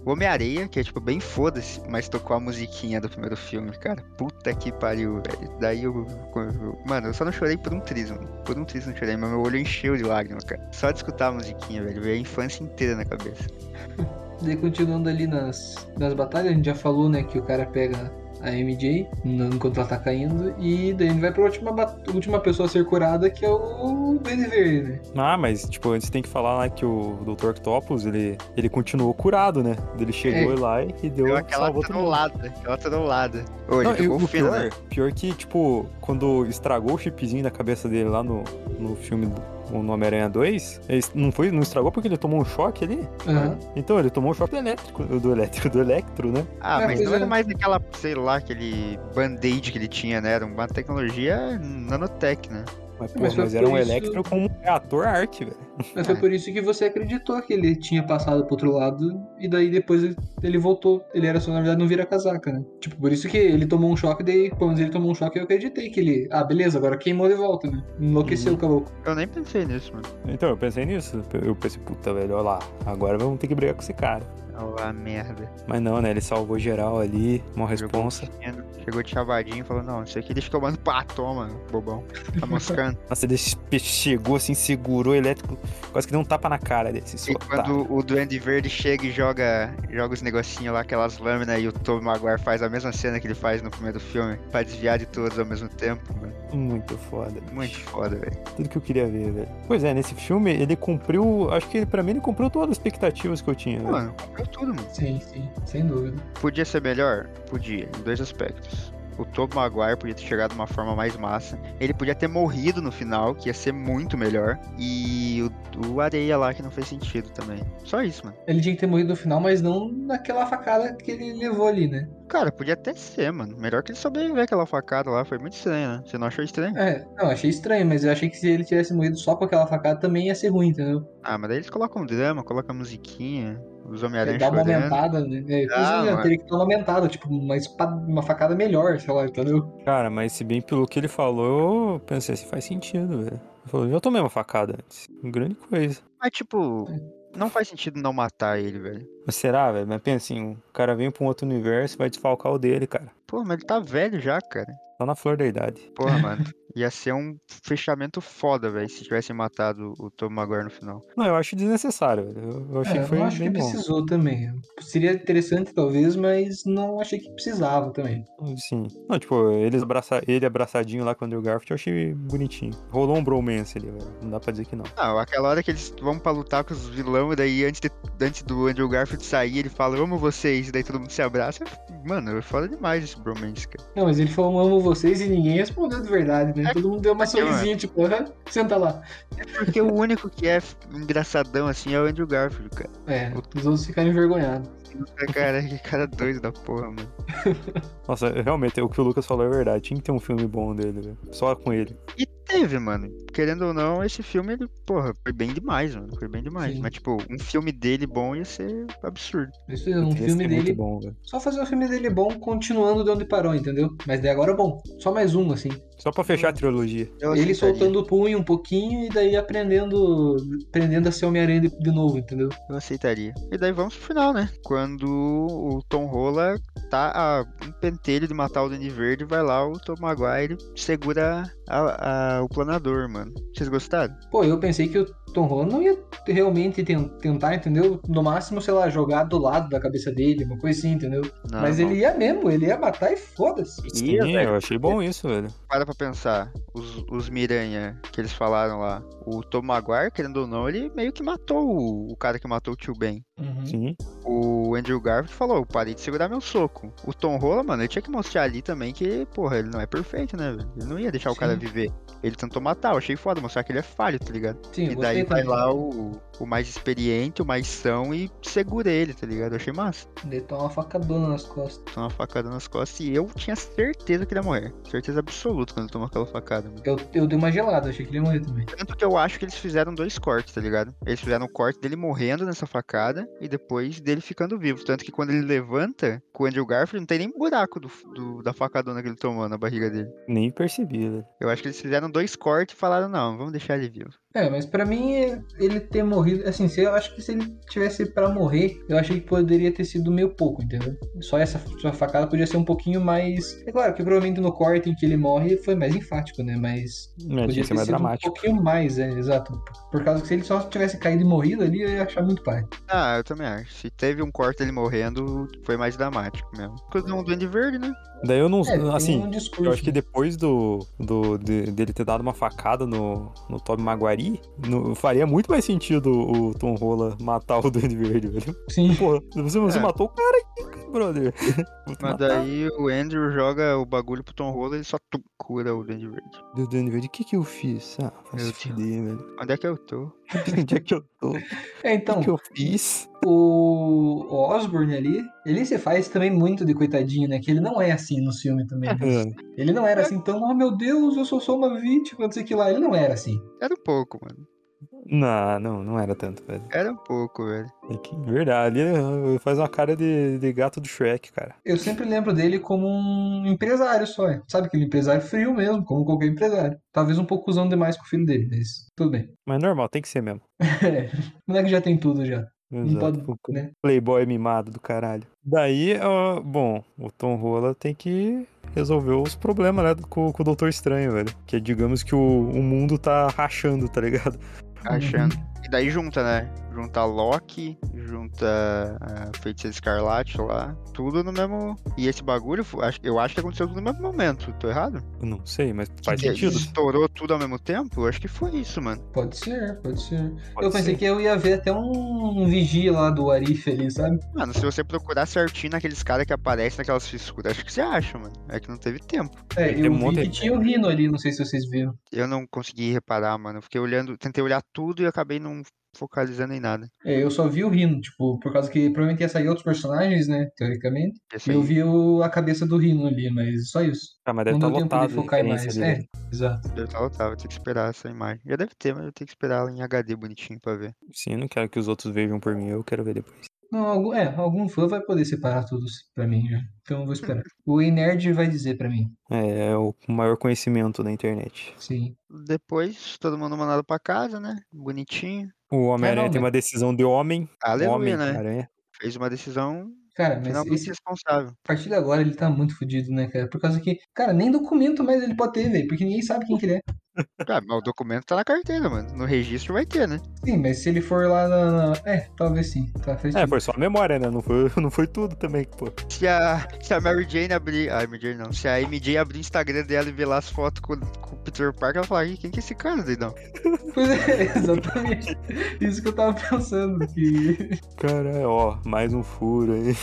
Speaker 3: o Homem-Areia, que é tipo bem foda-se, mas tocou a musiquinha do primeiro filme, cara. Puta que pariu, velho. Daí eu, eu- Mano, eu só não chorei por um trismo. Por um trismo não chorei, mas meu olho encheu de lágrima, cara. Só de escutar a musiquinha, velho. Veio a infância inteira na cabeça.
Speaker 2: [laughs] Daí continuando ali nas, nas batalhas, a gente já falou, né, que o cara pega a MJ no- enquanto ela tá caindo, e daí ele vai pra última, ba- última pessoa a ser curada, que é o Verde Verde, né?
Speaker 1: Ah, mas, tipo, antes tem que falar lá que o Dr. Octopus, ele, ele continuou curado, né? Ele chegou lá e e deu
Speaker 3: Deu aquela
Speaker 1: salvou todo mundo.
Speaker 3: trolada, aquela trolada. Ô, ele
Speaker 1: Não, e
Speaker 3: pegou
Speaker 1: o
Speaker 3: o fino,
Speaker 1: pior,
Speaker 3: né?
Speaker 1: pior que, tipo, quando estragou o chipzinho da cabeça dele lá no, no filme do no Homem-Aranha 2, ele não, foi, não estragou porque ele tomou um choque ali?
Speaker 2: Aham.
Speaker 1: Então, ele tomou um choque do elétrico, do elétrico, do electro, né?
Speaker 3: Ah,
Speaker 2: É,
Speaker 3: mas
Speaker 2: pois
Speaker 3: não era
Speaker 2: é.
Speaker 3: mais daquela, sei lá, aquele band-aid que ele tinha, né? Era uma tecnologia nanotech, né?
Speaker 1: Mas, pô,
Speaker 2: Mas
Speaker 1: mas,
Speaker 2: foi
Speaker 1: era
Speaker 2: por
Speaker 1: um
Speaker 2: isso-
Speaker 1: electro com um reator arc, velho.
Speaker 2: Mas foi por isso que você acreditou que ele tinha passado pro outro lado, e daí depois ele- ele voltou. Ele era só, na verdade, não vira casaca, né? Tipo, por isso que ele tomou um choque, daí, pelo menos ele tomou um choque, eu acreditei que ele. Ah, beleza, agora queimou de volta, né? Enlouqueceu o caboclo.
Speaker 3: Eu nem pensei nisso, mano.
Speaker 1: Então, eu pensei nisso. Eu pensei, puta, velho, olha lá. Agora vamos ter que brigar com esse cara.
Speaker 3: Ó, a merda.
Speaker 1: Mas não, né? Ele salvou geral ali, uma
Speaker 3: Jogou um
Speaker 1: responsa.
Speaker 3: feno, Chegou de chavadinho e falou, não, isso aqui deixa que eu mando pra toma, bobão. Tá moscando.
Speaker 1: Nossa, ele che- chegou assim, segurou o elétrico, quase que deu um tapa na cara dele. Assim,
Speaker 3: e
Speaker 1: só, tá.
Speaker 3: quando o Duende Verde chega e joga, joga os negocinhos lá, aquelas lâminas, e o Tobey Maguire faz a mesma cena que ele faz no primeiro filme, pra desviar de todos ao mesmo tempo, mano.
Speaker 1: tá. Muito foda. bicho.
Speaker 3: Muito foda, velho.
Speaker 1: Tudo que eu queria ver, velho. Pois é, nesse filme ele cumpriu. Acho que ele, pra mim ele cumpriu todas as expectativas que eu tinha. né? velho.
Speaker 3: Mano, comprou tudo, mano.
Speaker 2: Sim, sim, sem dúvida.
Speaker 3: Podia ser melhor? Podia, em dois aspectos. O Tobey Maguire podia ter chegado de uma forma mais massa. Ele podia ter morrido no final, que ia ser muito melhor. E o, o Areia lá, que não fez sentido também. Só isso, mano.
Speaker 2: Ele tinha que ter morrido no final, mas não naquela facada que ele levou ali, né?
Speaker 3: Cara, podia até ser, mano. Melhor que ele sobreviver aquela facada lá. Foi muito estranho, né? Você não achou estranho?
Speaker 2: É, não, achei estranho, mas eu achei que se ele tivesse morrido só com aquela facada também ia ser ruim, entendeu?
Speaker 3: Ah, mas daí eles colocam drama, colocam musiquinha. Os Homem-Aranha
Speaker 2: Dá uma
Speaker 3: chorando.
Speaker 2: aumentada, né? É, por
Speaker 3: Ah,
Speaker 2: isso que eu
Speaker 3: mano.
Speaker 2: teria que dar uma aumentada, tipo, uma, espada, uma facada melhor, sei lá, entendeu?
Speaker 1: Cara, mas se bem pelo que ele falou, eu pensei assim, faz sentido, velho. Ele falou, já tomei uma facada antes. Grande coisa.
Speaker 3: Mas, tipo,
Speaker 2: É.
Speaker 3: não faz sentido não matar ele, velho.
Speaker 1: Mas será, velho? Mas pensa assim, o cara vem pra um outro universo e vai desfalcar o dele, cara.
Speaker 3: Pô, mas ele tá velho já, cara.
Speaker 1: Tá na flor da idade.
Speaker 2: [laughs]
Speaker 3: Porra, mano. Ia ser um fechamento foda, velho, se tivessem matado o Tom Maguire no final.
Speaker 1: Não, eu acho desnecessário, velho. Eu, eu achei
Speaker 2: É,
Speaker 1: que
Speaker 2: eu
Speaker 1: foi
Speaker 2: não acho que
Speaker 1: bem bom.
Speaker 2: precisou também. Seria interessante, talvez, mas não achei que precisava também.
Speaker 1: Sim. Não, tipo, eles abraça... ele abraçadinho lá com o Andrew Garfield, eu achei bonitinho. Rolou um bromance ali, velho. Não dá pra dizer que não.
Speaker 3: Não, aquela hora que eles vão pra lutar com os vilão, e daí antes, de- antes do Andrew Garfield sair, ele fala, eu amo vocês, e daí todo mundo se abraça. Mano, é foda demais esse bromance, cara.
Speaker 2: Não, mas ele falou, amo vocês e ninguém respondeu de verdade, né?
Speaker 3: É,
Speaker 2: Todo mundo deu uma
Speaker 3: porque, mano.
Speaker 2: sorrisinha, tipo, aham, senta lá.
Speaker 3: Porque o único que é engraçadão assim é o Andrew Garfield, cara.
Speaker 2: É, os outros ficaram envergonhados.
Speaker 3: Cara, que cara doido da porra, mano.
Speaker 1: Nossa, realmente, o que o Lucas falou é verdade. Tinha que ter um filme bom dele, velho. Só com ele.
Speaker 3: E teve, mano. Querendo ou não, esse filme, ele, porra, foi bem demais, mano. Foi bem demais.
Speaker 2: Sim.
Speaker 3: Mas, tipo, um filme dele bom ia ser absurdo.
Speaker 2: Isso é um
Speaker 1: Esse
Speaker 2: filme
Speaker 1: é
Speaker 2: dele
Speaker 1: muito bom, velho.
Speaker 2: Só fazer um filme dele bom, continuando de onde parou, entendeu? Mas daí agora é bom. Só mais um, assim.
Speaker 1: Só pra fechar a trilogia.
Speaker 3: Eu
Speaker 2: ele
Speaker 3: aceitaria.
Speaker 2: soltando o punho um pouquinho e daí aprendendo. aprendendo a ser Homem-Aranha de, de novo, entendeu?
Speaker 3: Eu aceitaria. E daí vamos pro final, né? Quando o Tom Rola tá a um pentelho de matar o Dani Verde, vai lá o Tom Maguire segura a- a- o planador, mano. Vocês gostaram?
Speaker 2: Pô, eu pensei que o Tom Holland não ia realmente ten- tentar, entendeu? No máximo, sei lá, jogar do lado da cabeça dele, uma coisa assim, entendeu?
Speaker 3: Não,
Speaker 2: Mas
Speaker 3: Ah, não.
Speaker 2: ele né? ia mesmo, ele ia matar e foda-se.
Speaker 1: Sim, eu achei bom isso, velho.
Speaker 3: Para pra pensar, os, os Miranha que eles falaram lá, o Tom Maguire, querendo ou não, ele meio que matou o, o cara que matou o Tio Ben.
Speaker 2: Hum.
Speaker 1: Sim.
Speaker 3: O Andrew Garfield falou, parei de segurar meu soco. O Tom Rola, mano, ele tinha que mostrar ali também que, porra, ele não é perfeito, né? velho? Ele não ia deixar o cara
Speaker 2: Sim.
Speaker 3: viver. Ele tentou matar, eu achei foda, mostrar que ele é falho, tá ligado?
Speaker 2: Sim,
Speaker 3: e
Speaker 2: eu
Speaker 3: daí
Speaker 2: gostei
Speaker 3: vai
Speaker 2: também.
Speaker 3: lá o, o mais experiente, o mais são e segura ele, tá ligado? Eu achei massa.
Speaker 2: Ele toma uma facadona nas costas.
Speaker 3: Toma uma facada nas costas e eu tinha certeza que ele ia morrer. Certeza absoluta quando ele tomou aquela facada, mano.
Speaker 2: Eu, eu dei uma gelada, achei que ele ia morrer também.
Speaker 3: Tanto que eu acho que eles fizeram dois cortes, tá ligado? Eles fizeram o corte dele morrendo nessa facada e depois dele ficando vivo. Tanto que quando ele levanta, com o Andrew Garfield, não tem nem buraco do, do- da facadona que ele tomou na barriga dele.
Speaker 1: Nem percebi, velho.
Speaker 3: Eu acho que eles fizeram dois cortes e falaram, não, vamos deixar ele vivo.
Speaker 2: É, mas pra mim, ele ter morrido. Assim, se eu acho que se ele tivesse pra morrer, eu achei que poderia ter sido meio pouco, entendeu? Só essa sua facada podia ser um pouquinho mais. É claro que provavelmente no corte em que ele morre foi mais enfático, né? Mas
Speaker 1: É, tinha
Speaker 2: podia
Speaker 1: que ser
Speaker 2: ter
Speaker 1: mais
Speaker 2: sido um
Speaker 1: dramático.
Speaker 2: pouquinho mais, é, exato. Por causa que se ele só tivesse caído e morrido ali, eu ia achar muito pai.
Speaker 3: Ah, eu também acho. Se teve um corte dele morrendo, foi mais dramático mesmo. Porque não é um duende verde, né?
Speaker 1: Daí eu não.
Speaker 2: É, tem
Speaker 1: assim,
Speaker 2: um discurso,
Speaker 1: eu acho que
Speaker 2: né?
Speaker 1: depois do, do de- dele ter dado uma facada no, no Tom Maguari, no- faria muito mais sentido o Tom Rola matar o [laughs] Duende Verde, velho.
Speaker 2: Sim.
Speaker 1: Porra, você, você
Speaker 3: É.
Speaker 1: matou o cara aqui, brother.
Speaker 3: Mas daí o Andrew joga o bagulho pro Tom Holland e ele só tum, cura o duende verde.
Speaker 1: Do Duende Verde, o que que eu fiz? Ah, vai
Speaker 3: Meu
Speaker 1: se
Speaker 3: Deus.
Speaker 1: fuder, velho. [laughs]
Speaker 3: Onde é que eu tô?
Speaker 1: Onde é que eu tô? O
Speaker 2: É,
Speaker 1: que
Speaker 2: então,
Speaker 1: que eu fiz?
Speaker 2: o o Osborne ali, ele se faz também muito de coitadinho, né? Que ele não é assim no filme também.
Speaker 1: É.
Speaker 2: né? Ele não era assim tão, oh meu Deus, eu sou só uma vítima, não sei o que lá. Ele não era assim.
Speaker 3: Era um pouco, mano.
Speaker 1: Não, não, não era tanto, velho.
Speaker 3: Era um pouco, velho.
Speaker 1: É que, verdade, ele faz uma cara de, de gato do Shrek, cara.
Speaker 2: Eu sempre lembro dele como um empresário só. é. Sabe aquele empresário frio mesmo, como qualquer empresário. Talvez um pouco usando demais com o filho dele, mas tudo bem.
Speaker 1: Mas normal, tem que ser mesmo.
Speaker 2: É, o moleque já tem tudo já. Não
Speaker 1: Exato.
Speaker 2: pode, né?
Speaker 1: Playboy mimado do caralho. Daí, ó, bom, o Tom Rola tem que resolver os problemas, né, com, com o Doutor Estranho, velho. Que é, digamos que o, o mundo tá rachando, tá ligado?
Speaker 3: Achando. E daí junta, né? Junta Loki, junta a Feiticeira Escarlate lá. Tudo no mesmo. E esse bagulho, fo- acho- eu acho que aconteceu tudo no mesmo momento. Tô errado?
Speaker 1: Eu não sei, mas faz
Speaker 2: é
Speaker 3: Que
Speaker 1: sentido.
Speaker 3: Estourou tudo ao mesmo tempo? Eu acho que foi isso, mano.
Speaker 2: Pode ser, pode ser.
Speaker 1: Pode
Speaker 2: eu pensei
Speaker 1: ser.
Speaker 2: que eu ia ver até um, um vigia lá do Arif ali, sabe?
Speaker 3: Mano, se você procurar certinho naqueles caras que aparecem naquelas fissuras, acho que você acha, mano. É que não teve tempo.
Speaker 2: É,
Speaker 1: Tem
Speaker 2: eu
Speaker 1: um
Speaker 2: vi
Speaker 1: monte
Speaker 2: que
Speaker 1: de-
Speaker 2: tinha o Rino ali, não sei se vocês viram.
Speaker 3: Eu não consegui reparar, mano. Eu Fiquei olhando, tentei olhar tudo e acabei não focalizando em nada.
Speaker 2: É, eu só vi o Rino, tipo, por causa que provavelmente ia sair outros personagens, né? Teoricamente.
Speaker 3: Esse
Speaker 2: E eu
Speaker 3: aí-
Speaker 2: vi o- a cabeça do Rino ali, mas só isso.
Speaker 1: Ah, mas deve
Speaker 2: não
Speaker 1: tá
Speaker 2: deu tempo
Speaker 1: lotado.
Speaker 2: de
Speaker 1: de
Speaker 2: um focar em
Speaker 1: referência ali, né?
Speaker 2: mais. É,
Speaker 1: velho.
Speaker 2: exato.
Speaker 3: Deve estar lotado, vou ter que esperar essa imagem. Já deve ter, mas eu tenho que esperar ela em HD bonitinho pra ver.
Speaker 1: Sim, não quero que os outros vejam por mim, eu quero ver depois.
Speaker 2: Não, algum, é, algum fã vai poder separar tudo pra mim já. Então eu vou esperar. O Enerd vai dizer pra mim.
Speaker 1: É, é o maior conhecimento da internet.
Speaker 2: Sim.
Speaker 3: Depois, todo mundo mandado pra casa, né? Bonitinho.
Speaker 1: O Homem-Aranha tem
Speaker 2: mas-
Speaker 1: uma decisão de homem.
Speaker 3: Aleluia,
Speaker 1: homem,
Speaker 3: né?
Speaker 1: aranha.
Speaker 3: Fez uma decisão
Speaker 2: Cara, mas
Speaker 3: finalmente
Speaker 2: esse,
Speaker 3: responsável.
Speaker 2: a partir de agora ele tá muito fudido, né, cara? Por causa que, cara, nem documento mais ele pode ter, velho. Porque ninguém sabe quem que ele é.
Speaker 3: Ah, mas o documento tá na carteira, mano. No registro vai ter, né?
Speaker 2: Sim, mas se ele for lá na. na- É, talvez sim. Tá, fez
Speaker 1: É,
Speaker 2: sentido.
Speaker 1: foi só a memória, né? Não foi, [laughs] não foi tudo também, pô.
Speaker 3: Se a, se a Mary Jane abrir. Ah, Mary Jane não. Se a MJ abrir o Instagram dela e ver lá as fotos com, com o Peter Parker, ela fala: "Ih, quem que é esse cara, doidão?
Speaker 2: [laughs] Pois é, exatamente. Isso que eu tava pensando. Que... [laughs]
Speaker 1: Cara, ó, mais um furo aí.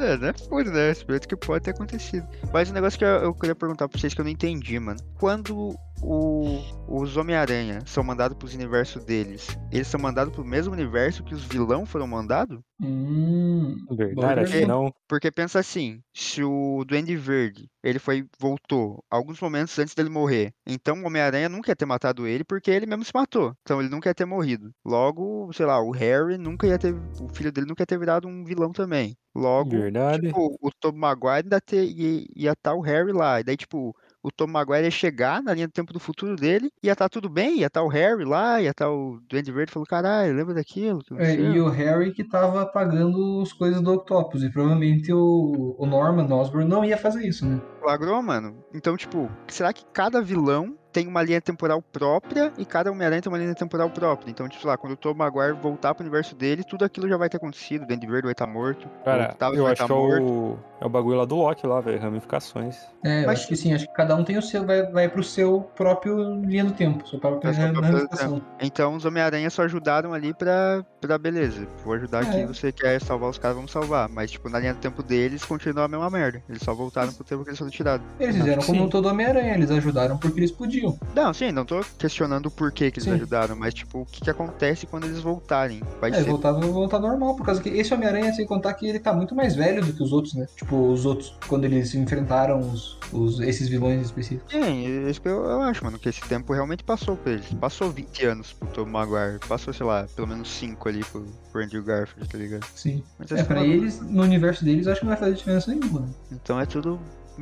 Speaker 3: É, né? Foda, né? Espero que pode ter acontecido. Mas o negócio que eu, eu queria perguntar pra vocês que eu não entendi, mano. Quando o- os Homem-Aranha são mandados pros universos deles, eles são mandados pro mesmo universo que os vilão foram mandados?
Speaker 2: Hum.
Speaker 1: Verdade, acho que
Speaker 2: pergunta.
Speaker 1: não.
Speaker 3: Porque pensa assim, se o Duende Verde, ele foi, voltou alguns momentos antes dele morrer, então o Homem-Aranha nunca ia ter matado ele porque ele mesmo se matou. Então ele nunca ia ter morrido. Logo, sei lá, o Harry nunca ia ter, o filho dele nunca ia ter virado um vilão também. Logo,
Speaker 1: Verdade.
Speaker 3: Tipo, o Tom Maguire ainda ter, ia, ia tá o Harry lá. E daí, tipo, o Tom Maguire ia chegar na linha do tempo do futuro dele, ia tá tudo bem, ia tá o Harry lá, ia tá o Duende Verde falou, caralho, lembra daquilo? que não
Speaker 2: É,
Speaker 3: sei
Speaker 2: e o Harry que tava pagando as coisas do Octopus. E provavelmente o, o Norman Osborn não ia fazer isso, né?
Speaker 3: Flagrou, mano. Então, tipo, será que cada vilão tem uma linha temporal própria e cada Homem-Aranha tem uma linha temporal própria. Então, tipo, sei lá, quando o Tom Maguire voltar pro universo dele, tudo aquilo já vai ter acontecido. O Dandy Verde vai estar morto.
Speaker 1: Cara,
Speaker 3: Octavius
Speaker 1: eu
Speaker 3: vai
Speaker 1: acho
Speaker 3: tá
Speaker 1: que é o, é o bagulho lá do Loki lá, velho. Ramificações.
Speaker 2: É, eu
Speaker 3: Mas-
Speaker 2: acho que sim, acho que cada um tem o seu, vai, vai pro seu próprio linha do tempo, sua própria
Speaker 3: Pra sua própria
Speaker 2: ramificação.
Speaker 3: Então, os Homem-Aranha só ajudaram ali pra, pra beleza. Vou ajudar
Speaker 2: É.
Speaker 3: aqui, você quer salvar os caras, vamos salvar. Mas, tipo, na linha do tempo deles, continua a mesma merda. Eles só voltaram pro tempo que eles foram tirados.
Speaker 2: Eles fizeram como
Speaker 1: Sim.
Speaker 2: todo Homem-Aranha, eles ajudaram porque eles podiam.
Speaker 3: Não, sim, não tô questionando o porquê que eles
Speaker 2: Sim.
Speaker 3: ajudaram, mas, tipo, o que, que acontece quando eles voltarem? Vai
Speaker 2: É,
Speaker 3: ser
Speaker 2: voltar, voltar normal, por causa que esse Homem-Aranha, sem contar que ele tá muito mais velho do que os outros, né? Tipo, os outros, quando eles enfrentaram os, os, esses vilões específicos.
Speaker 3: Sim, é isso que eu, eu acho, mano, que esse tempo realmente passou pra eles. Passou 20 anos pro Tom Maguire, passou, sei lá, pelo menos 5 ali pro, pro Andrew Garfield, tá ligado?
Speaker 2: Sim.
Speaker 3: Mas
Speaker 2: É,
Speaker 3: esse
Speaker 2: pra
Speaker 3: maluco-
Speaker 2: eles, no universo deles, eu acho que não vai fazer diferença nenhuma. né?
Speaker 3: Então é tudo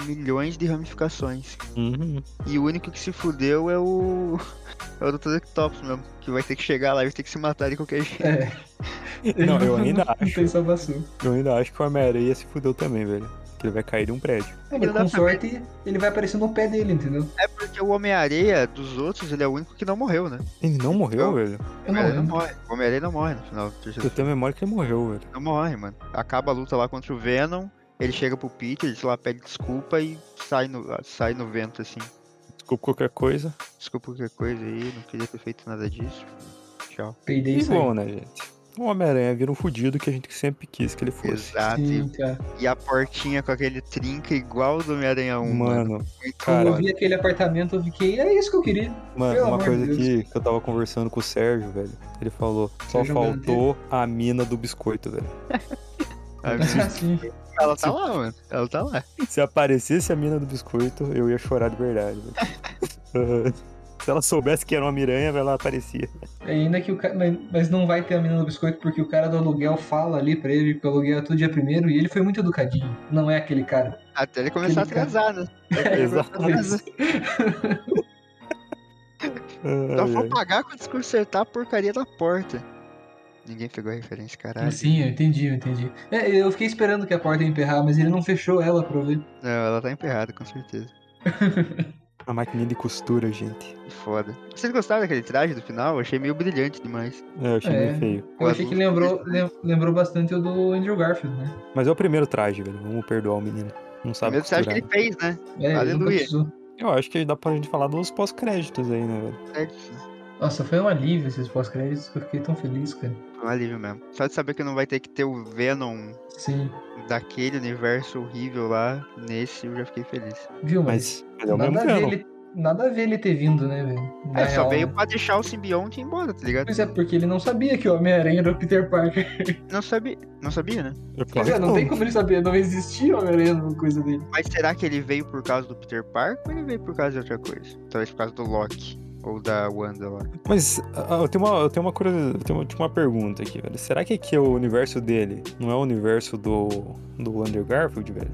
Speaker 3: milhões de ramificações.
Speaker 1: Uhum.
Speaker 3: [laughs] E o único que se fudeu é o. [laughs] É o Dr. Octopus mesmo, que vai ter que chegar lá e vai ter que se matar de qualquer [laughs] jeito.
Speaker 2: É.
Speaker 1: Não, eu ainda
Speaker 2: Não
Speaker 1: acho.
Speaker 2: tem salvação.
Speaker 1: Eu ainda acho que o Homem-Aranha se fudeu também, velho. Que ele vai cair de um prédio.
Speaker 2: É,
Speaker 3: Ele
Speaker 2: mas
Speaker 3: dá
Speaker 2: com
Speaker 3: pra-
Speaker 2: sorte, ele vai aparecer no pé dele, entendeu?
Speaker 3: É porque o Homem-Areia dos outros, ele é o único que não morreu, né?
Speaker 1: Ele não morreu, velho?
Speaker 2: É, Eu não
Speaker 3: Ele não
Speaker 2: lembro.
Speaker 3: morre. O Homem-Areia não morre no final do terceiro
Speaker 1: Eu tenho a memória que ele morreu, velho.
Speaker 3: Não morre, mano. Acaba a luta lá contra o Venom, ele chega pro Peter, ele lá pede desculpa e sai no, sai no vento, assim.
Speaker 1: Desculpa qualquer coisa.
Speaker 3: Desculpa qualquer coisa aí, não queria ter feito nada disso. Tchau.
Speaker 2: Peidei
Speaker 1: E
Speaker 2: isso aí.
Speaker 1: bom, né, gente? O Homem-Aranha vira um fudido que a gente sempre quis que ele fosse.
Speaker 3: Exato.
Speaker 2: Sim, tá.
Speaker 3: E,
Speaker 2: cara.
Speaker 3: e a portinha com aquele trinca igual do Homem-Aranha 1, mano.
Speaker 1: Mano,
Speaker 3: Muito
Speaker 1: cara,
Speaker 2: Quando eu vi aquele apartamento, eu fiquei, é isso que eu queria.
Speaker 1: Mano,
Speaker 2: Pelo
Speaker 1: uma
Speaker 2: amor
Speaker 1: coisa
Speaker 2: de
Speaker 1: que, que eu tava conversando com o Sérgio, velho. Ele falou, só
Speaker 2: Sérgio é um
Speaker 1: faltou a mina do biscoito, velho.
Speaker 3: sabe?
Speaker 2: [laughs] Assim.
Speaker 3: Ela tá lá, mano. Ela tá lá.
Speaker 1: Se aparecesse a mina do biscoito, eu ia chorar de verdade,
Speaker 2: [laughs]
Speaker 1: velho. Se ela soubesse que era uma miranha, velho, ela aparecia.
Speaker 2: Ainda que o cara. Mas, mas não vai ter a menina do biscoito, porque o cara do aluguel fala ali pra ele que o aluguel é todo dia primeiro, e ele foi muito educadinho. Não é aquele cara.
Speaker 3: Até ele começar a
Speaker 2: Aquele cara. [laughs] É
Speaker 3: atrasar, né?
Speaker 2: Talvez.
Speaker 1: Ai,
Speaker 2: Então
Speaker 3: Só for
Speaker 1: ai.
Speaker 3: então, pagar quando desconsertar a porcaria da porta. Ninguém pegou a referência, caralho.
Speaker 2: Sim, eu entendi, eu entendi. É, eu fiquei esperando que a porta ia emperrar, mas ele não fechou ela pra eu ver.
Speaker 3: Não, ela tá emperrada, com certeza.
Speaker 1: A maquininha de costura, gente.
Speaker 3: Foda. Vocês gostaram daquele traje do final? Eu achei meio brilhante demais.
Speaker 1: É, eu achei
Speaker 2: É.
Speaker 1: meio feio.
Speaker 2: Eu achei que lembrou, lem- lembrou bastante o do Andrew Garfield, né?
Speaker 1: Mas é o primeiro traje, velho. Vamos perdoar o menino. Não sabe
Speaker 2: Tá
Speaker 3: Primeiro você acha que
Speaker 1: costurar.
Speaker 3: ele fez, né?
Speaker 2: É, ele nunca
Speaker 3: Aleluia.
Speaker 2: precisou.
Speaker 1: Eu acho que dá pra gente falar dos pós-créditos aí, né, velho?
Speaker 3: Certo.
Speaker 2: Nossa, foi um alívio esses pós-créditos que eu fiquei tão feliz, cara.
Speaker 3: Um alívio mesmo. Só de saber que não vai ter que ter o Venom
Speaker 2: Sim.
Speaker 3: daquele universo horrível lá, nesse eu já fiquei feliz.
Speaker 2: Viu, mas.
Speaker 1: Mas, mas é o mesmo
Speaker 2: nada, a ver
Speaker 1: cano.
Speaker 2: ele, nada a ver ele ter vindo, né, velho? Na
Speaker 3: É, só
Speaker 2: real,
Speaker 3: veio
Speaker 2: né?
Speaker 3: pra deixar o simbionte ir embora, tá ligado?
Speaker 2: Pois é, porque ele não sabia que o Homem-Aranha era o Peter Parker.
Speaker 3: Não sabia, não sabia, né?
Speaker 1: É
Speaker 2: Pois [laughs]
Speaker 1: claro
Speaker 2: é,
Speaker 1: que
Speaker 2: não tem como ele saber, não existia o Homem-Aranha numa coisa dele.
Speaker 3: Mas será que ele veio por causa do Peter Parker ou ele veio por causa de outra coisa? Talvez por causa do Loki ou da Wanda lá.
Speaker 1: Mas ah, eu tenho uma, eu tenho uma curiosidade, eu tenho uma, tipo, uma pergunta aqui, velho. Será que aqui é o universo dele não é o universo do, do Andrew Garfield, velho?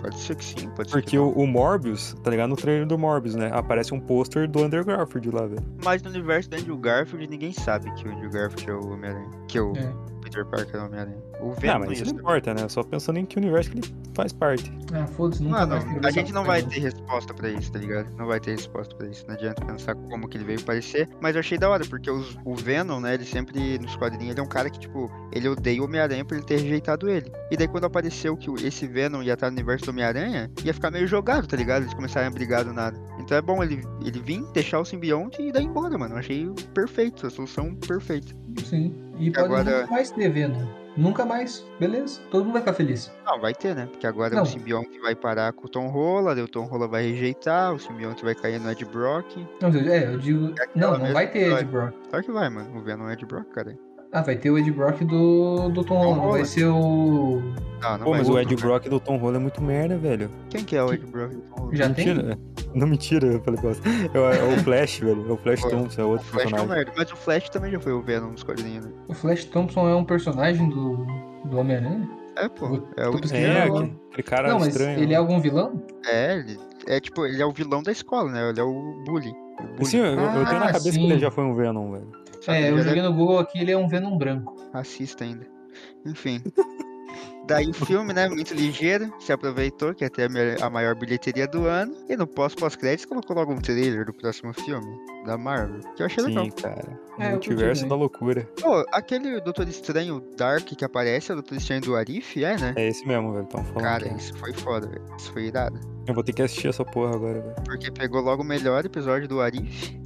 Speaker 3: Pode ser que sim, pode ser
Speaker 1: Porque
Speaker 3: que não.
Speaker 1: o, o Morbius, tá ligado? No trailer do Morbius, né? Aparece um pôster do Andrew Garfield lá, velho.
Speaker 3: Mas no universo do Andrew Garfield, ninguém sabe que o Andrew Garfield é o Homem-Aranha. Que o
Speaker 2: É.
Speaker 3: Peter Parker é o Homem-Aranha. O
Speaker 1: Não,
Speaker 3: Venom
Speaker 1: mas
Speaker 3: é
Speaker 1: isso não
Speaker 3: isso.
Speaker 1: importa, né? Só pensando em que universo que ele faz parte.
Speaker 2: Ah, foda-se, nunca
Speaker 3: Mano,
Speaker 2: mais quero ver
Speaker 3: a
Speaker 2: essa né?
Speaker 3: gente não vai
Speaker 2: merda.
Speaker 3: ter resposta pra isso, tá ligado? Não vai ter resposta pra isso. Não adianta pensar como que ele veio parecer. Mas eu achei da hora, porque os- o Venom, né? Ele sempre, nos quadrinhos, ele é um cara que, tipo, ele odeia o Homem-Aranha por ele ter rejeitado ele. E daí quando apareceu que o- esse Venom ia estar no universo do Homem-Aranha, ia ficar meio jogado, tá ligado? Eles começarem a brigar do nada. Então é bom ele, ele vir, deixar o simbionte e dar embora, mano. Eu achei perfeito, a solução perfeita.
Speaker 2: Sim. E pode
Speaker 3: Agora-
Speaker 2: nunca mais ter Venom. Nunca mais. Beleza, todo mundo vai ficar feliz.
Speaker 3: Não, vai ter, né? Porque agora
Speaker 2: Não.
Speaker 3: o simbionte vai parar com o Tom Holland, o Tom Holland vai rejeitar, o simbionte vai cair no Ed Brock.
Speaker 2: Não, eu- é, eu digo.
Speaker 3: aquela
Speaker 2: Não, não
Speaker 3: mesma
Speaker 2: vai ter Ed
Speaker 3: história.
Speaker 2: Brock.
Speaker 3: Claro que vai, mano. O Venom é Ed Brock, cara.
Speaker 2: Ah, vai ter o Ed Brock do, do Tom Holland. Vai
Speaker 3: Holland.
Speaker 2: ser o.
Speaker 3: Não, Ah, não
Speaker 1: Pô,
Speaker 3: vai
Speaker 1: mas
Speaker 3: ser
Speaker 1: o
Speaker 3: Tom
Speaker 1: Ed
Speaker 3: Holland.
Speaker 1: Brock do Tom Holland é muito merda, velho.
Speaker 3: Quem que é o Ed Brock do Tom Holland?
Speaker 2: Já tem?
Speaker 1: mentira. Não mentira, eu falei pra você. É o- é o Flash, velho. É o Flash
Speaker 3: Pô,
Speaker 1: Thompson, é
Speaker 3: O
Speaker 1: outro
Speaker 3: Flash é um
Speaker 1: personagem.
Speaker 3: merda, mas o Flash também já foi o Venom nos quadrinhos, né?
Speaker 2: O Flash Thompson é um personagem do, do Homem-Aranha?
Speaker 3: É, pô.
Speaker 2: Vou-
Speaker 3: É, o
Speaker 2: tô pesquisando
Speaker 1: É,
Speaker 2: agora.
Speaker 1: aquele, aquele cara
Speaker 2: Não, mas
Speaker 1: estranho. né?
Speaker 2: ele é algum vilão?
Speaker 3: é, ele... é tipo, ele é o vilão da escola, né? Ele é o bully. O bully.
Speaker 1: Sim, eu, eu tenho na
Speaker 2: Ah,
Speaker 1: cabeça
Speaker 2: sim.
Speaker 1: que ele já foi um Venom, velho.
Speaker 3: Só que
Speaker 2: É,
Speaker 3: ele
Speaker 2: eu
Speaker 3: já
Speaker 2: joguei no Google aqui, ele é um Venom branco.
Speaker 3: é racista ainda. Enfim. Daí o filme, né, muito ligeiro, se aproveitou, que ia ter a me- a maior bilheteria do ano. E no pós-pós-créditos colocou logo um trailer do próximo filme, da Marvel, que eu achei legal.
Speaker 1: Sim, cara.
Speaker 2: É, eu curti
Speaker 1: Multiverso
Speaker 2: bem.
Speaker 1: da loucura.
Speaker 3: Pô, aquele Doutor Estranho Dark que aparece, é o Doutor Estranho do Arif, é, né?
Speaker 1: É esse mesmo, velho. Tão falando.
Speaker 3: Cara,
Speaker 1: que é.
Speaker 3: isso foi foda, velho. Isso foi irado.
Speaker 1: Eu vou ter que assistir essa porra agora, velho.
Speaker 3: Porque pegou logo o melhor episódio do Arif.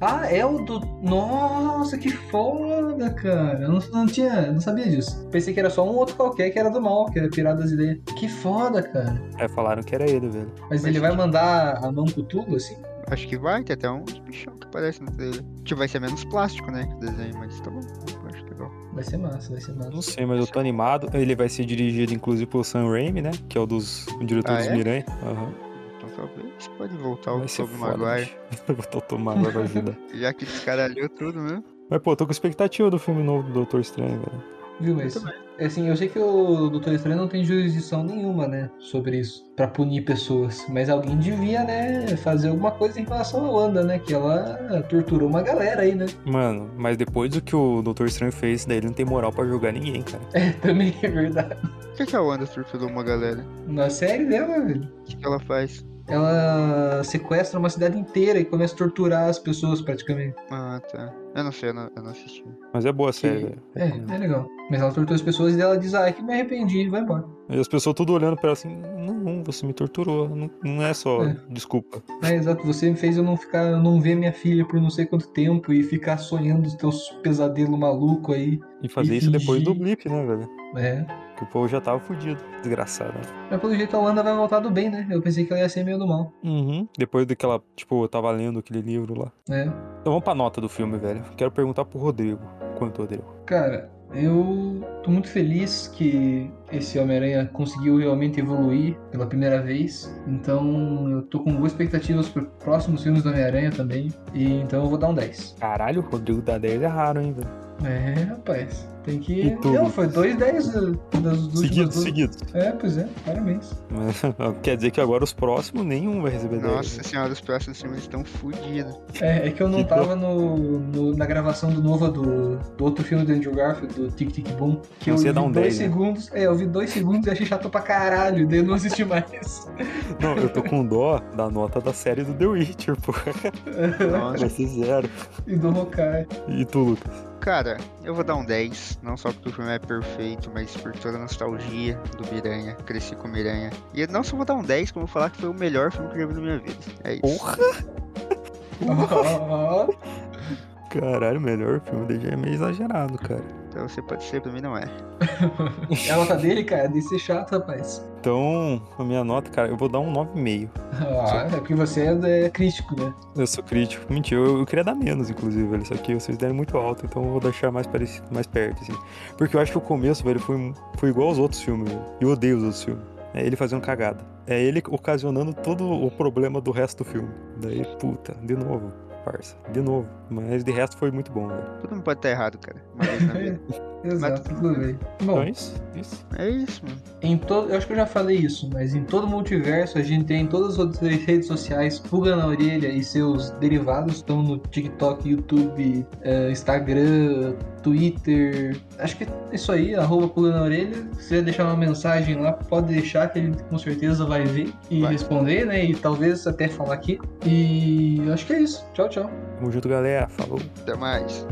Speaker 2: Ah, é o do. Nossa, que foda, cara. Eu não, não tinha. Não sabia disso. Pensei que era só um outro qualquer que era do mal, que era pirado das ideias. Que foda, cara.
Speaker 1: É, falaram que era ele, velho.
Speaker 2: Mas ele vai mandar a mão pro tubo, assim?
Speaker 3: Acho que vai, tem até uns bichão que aparece no trailer. Que vai ser menos plástico, né, que o desenho, mas tá bom. Eu acho legal.
Speaker 2: Vai ser massa, vai ser massa.
Speaker 1: Não sei, mas eu tô animado. Ele vai ser dirigido, inclusive, pelo Sam Raimi, né? Que é o dos o diretor
Speaker 3: Ah,
Speaker 1: dos
Speaker 3: é?
Speaker 1: Miranha. Aham.
Speaker 3: Então talvez pode voltar o
Speaker 1: Vai ser
Speaker 3: Tobey
Speaker 1: foda.
Speaker 3: Maguire,
Speaker 1: bicho. [laughs] Eu vou tá tomar agora pra ajudar.
Speaker 3: [laughs] já que descaralhou tudo, né?
Speaker 1: Mas, pô, tô com expectativa do filme novo do Doutor Estranho, velho.
Speaker 2: Viu, mas. Assim, eu sei que o Doutor Estranho não tem jurisdição nenhuma, né? Sobre isso. Pra punir pessoas. Mas alguém devia, né? Fazer alguma coisa em relação à Wanda, né? Que ela torturou uma galera aí, né? [laughs]
Speaker 1: Mano, mas depois do que o Doutor Estranho fez, daí ele não tem moral pra julgar ninguém, cara.
Speaker 2: É, também é verdade.
Speaker 3: Por que, que a Wanda torturou uma galera?
Speaker 2: Na série dela, velho.
Speaker 3: O que, que ela faz?
Speaker 2: ela sequestra uma cidade inteira e começa a torturar as pessoas praticamente.
Speaker 3: Ah, tá. Eu não sei, eu não, eu não assisti.
Speaker 1: Mas é boa a série,
Speaker 2: Que-
Speaker 1: velho.
Speaker 2: É, é legal. Mas ela tortura as pessoas e ela diz, ah, é que me arrependi, e vai embora.
Speaker 1: E as pessoas tudo olhando pra ela assim, não, você me torturou. Não, não é só
Speaker 2: É.
Speaker 1: desculpa.
Speaker 2: É, exato, você me fez eu não ficar, eu não ver minha filha por não sei quanto tempo e ficar sonhando os teus pesadelos maluco aí,
Speaker 1: E fazer isso depois do
Speaker 2: fingir.
Speaker 1: blip, né, velho?
Speaker 2: né?
Speaker 1: Que o povo já tava fudido. Desgraçado. né?
Speaker 2: Mas pelo jeito a Wanda vai voltar do bem, né? Eu pensei que ela ia ser meio do mal,
Speaker 1: Uhum. Depois daquela, tipo, eu tava lendo aquele livro lá.
Speaker 2: né?
Speaker 1: Então vamos pra nota do filme, velho. Quero perguntar pro Rodrigo. Quanto, Rodrigo?
Speaker 2: Cara, eu tô muito feliz que esse Homem-Aranha conseguiu realmente evoluir pela primeira vez. Então eu tô com boas expectativas para próximos filmes do Homem-Aranha também. E então eu vou dar um 10.
Speaker 1: Caralho, Rodrigo da 10 é raro, hein, velho.
Speaker 2: É, rapaz. Tem que.
Speaker 1: E tu?
Speaker 2: Não, foi dois 10 das últimas
Speaker 1: Seguido,
Speaker 2: duas-
Speaker 1: seguido. [laughs]
Speaker 2: É, pois é, parabéns.
Speaker 1: Mas, Quer dizer que agora os próximos nenhum vai receber 10.
Speaker 3: Nossa senhora, os próximos filmes estão
Speaker 1: [laughs]
Speaker 3: fodidos.
Speaker 2: É, é que eu não
Speaker 1: Que
Speaker 2: tava no, no- na gravação do Nova do, do outro filme do Andrew Garfield, do Tic Tic Boom. Que
Speaker 1: Você
Speaker 2: eu
Speaker 1: ia dar
Speaker 2: vi
Speaker 1: um
Speaker 2: dois
Speaker 1: 10, né?
Speaker 2: segundos. É, eu vi dois segundos e achei chato pra caralho, daí eu não assisti mais. [laughs]
Speaker 1: Não, eu tô com dó da nota da série do The Witcher, pô.
Speaker 3: Nossa.
Speaker 1: Vai ser zero.
Speaker 2: e do Hawkeye.
Speaker 1: E tu, Lucas?
Speaker 3: Cara, eu vou dar um 10. Não só porque o filme é perfeito, mas por toda a nostalgia do Miranha. Cresci com o Miranha. E eu não só vou dar um 10, como vou falar que foi o melhor filme que eu já vi na minha vida. É isso.
Speaker 2: Ó, ó, ó.
Speaker 1: [laughs] Caralho, melhor filme dele já é meio exagerado, cara.
Speaker 3: Pra você pode ser, pra mim não é.
Speaker 2: É a nota dele, cara, desse ser chato, rapaz.
Speaker 1: Então, a minha nota, cara, eu vou dar um 9,5.
Speaker 2: Ah, é porque você é, é crítico, né?
Speaker 1: Eu sou crítico. Mentira, eu, eu queria dar menos, inclusive, velho. Só que vocês deram muito alto, então eu vou deixar mais, parecido, mais perto, assim. Porque eu acho que o começo, velho, foi, foi igual aos outros filmes, velho. Eu odeio os outros filmes. É ele fazendo cagada. É ele ocasionando todo o problema do resto do filme. Daí, puta, de novo, parça. De novo. Mas de resto foi muito bom, velho.
Speaker 3: Todo mundo pode estar errado, cara. Uma vez na vida.
Speaker 2: Exato, tudo bem.
Speaker 1: Então
Speaker 2: Bom,
Speaker 1: é isso, isso.
Speaker 3: É isso, mano.
Speaker 2: em todo, eu acho que eu já falei isso, mas em todo multiverso a gente tem em todas as outras redes sociais Pulga na Orelha e seus derivados estão no TikTok, YouTube, eh, Instagram, Twitter. Acho que é isso aí, arroba Pulga na Orelha. Se você deixar uma mensagem lá, pode deixar que ele com certeza vai ver e
Speaker 3: Vai.
Speaker 2: responder, né? E talvez até falar aqui. E eu acho que é isso. Tchau, tchau.
Speaker 1: Tamo junto, galera. Falou.
Speaker 3: Até mais.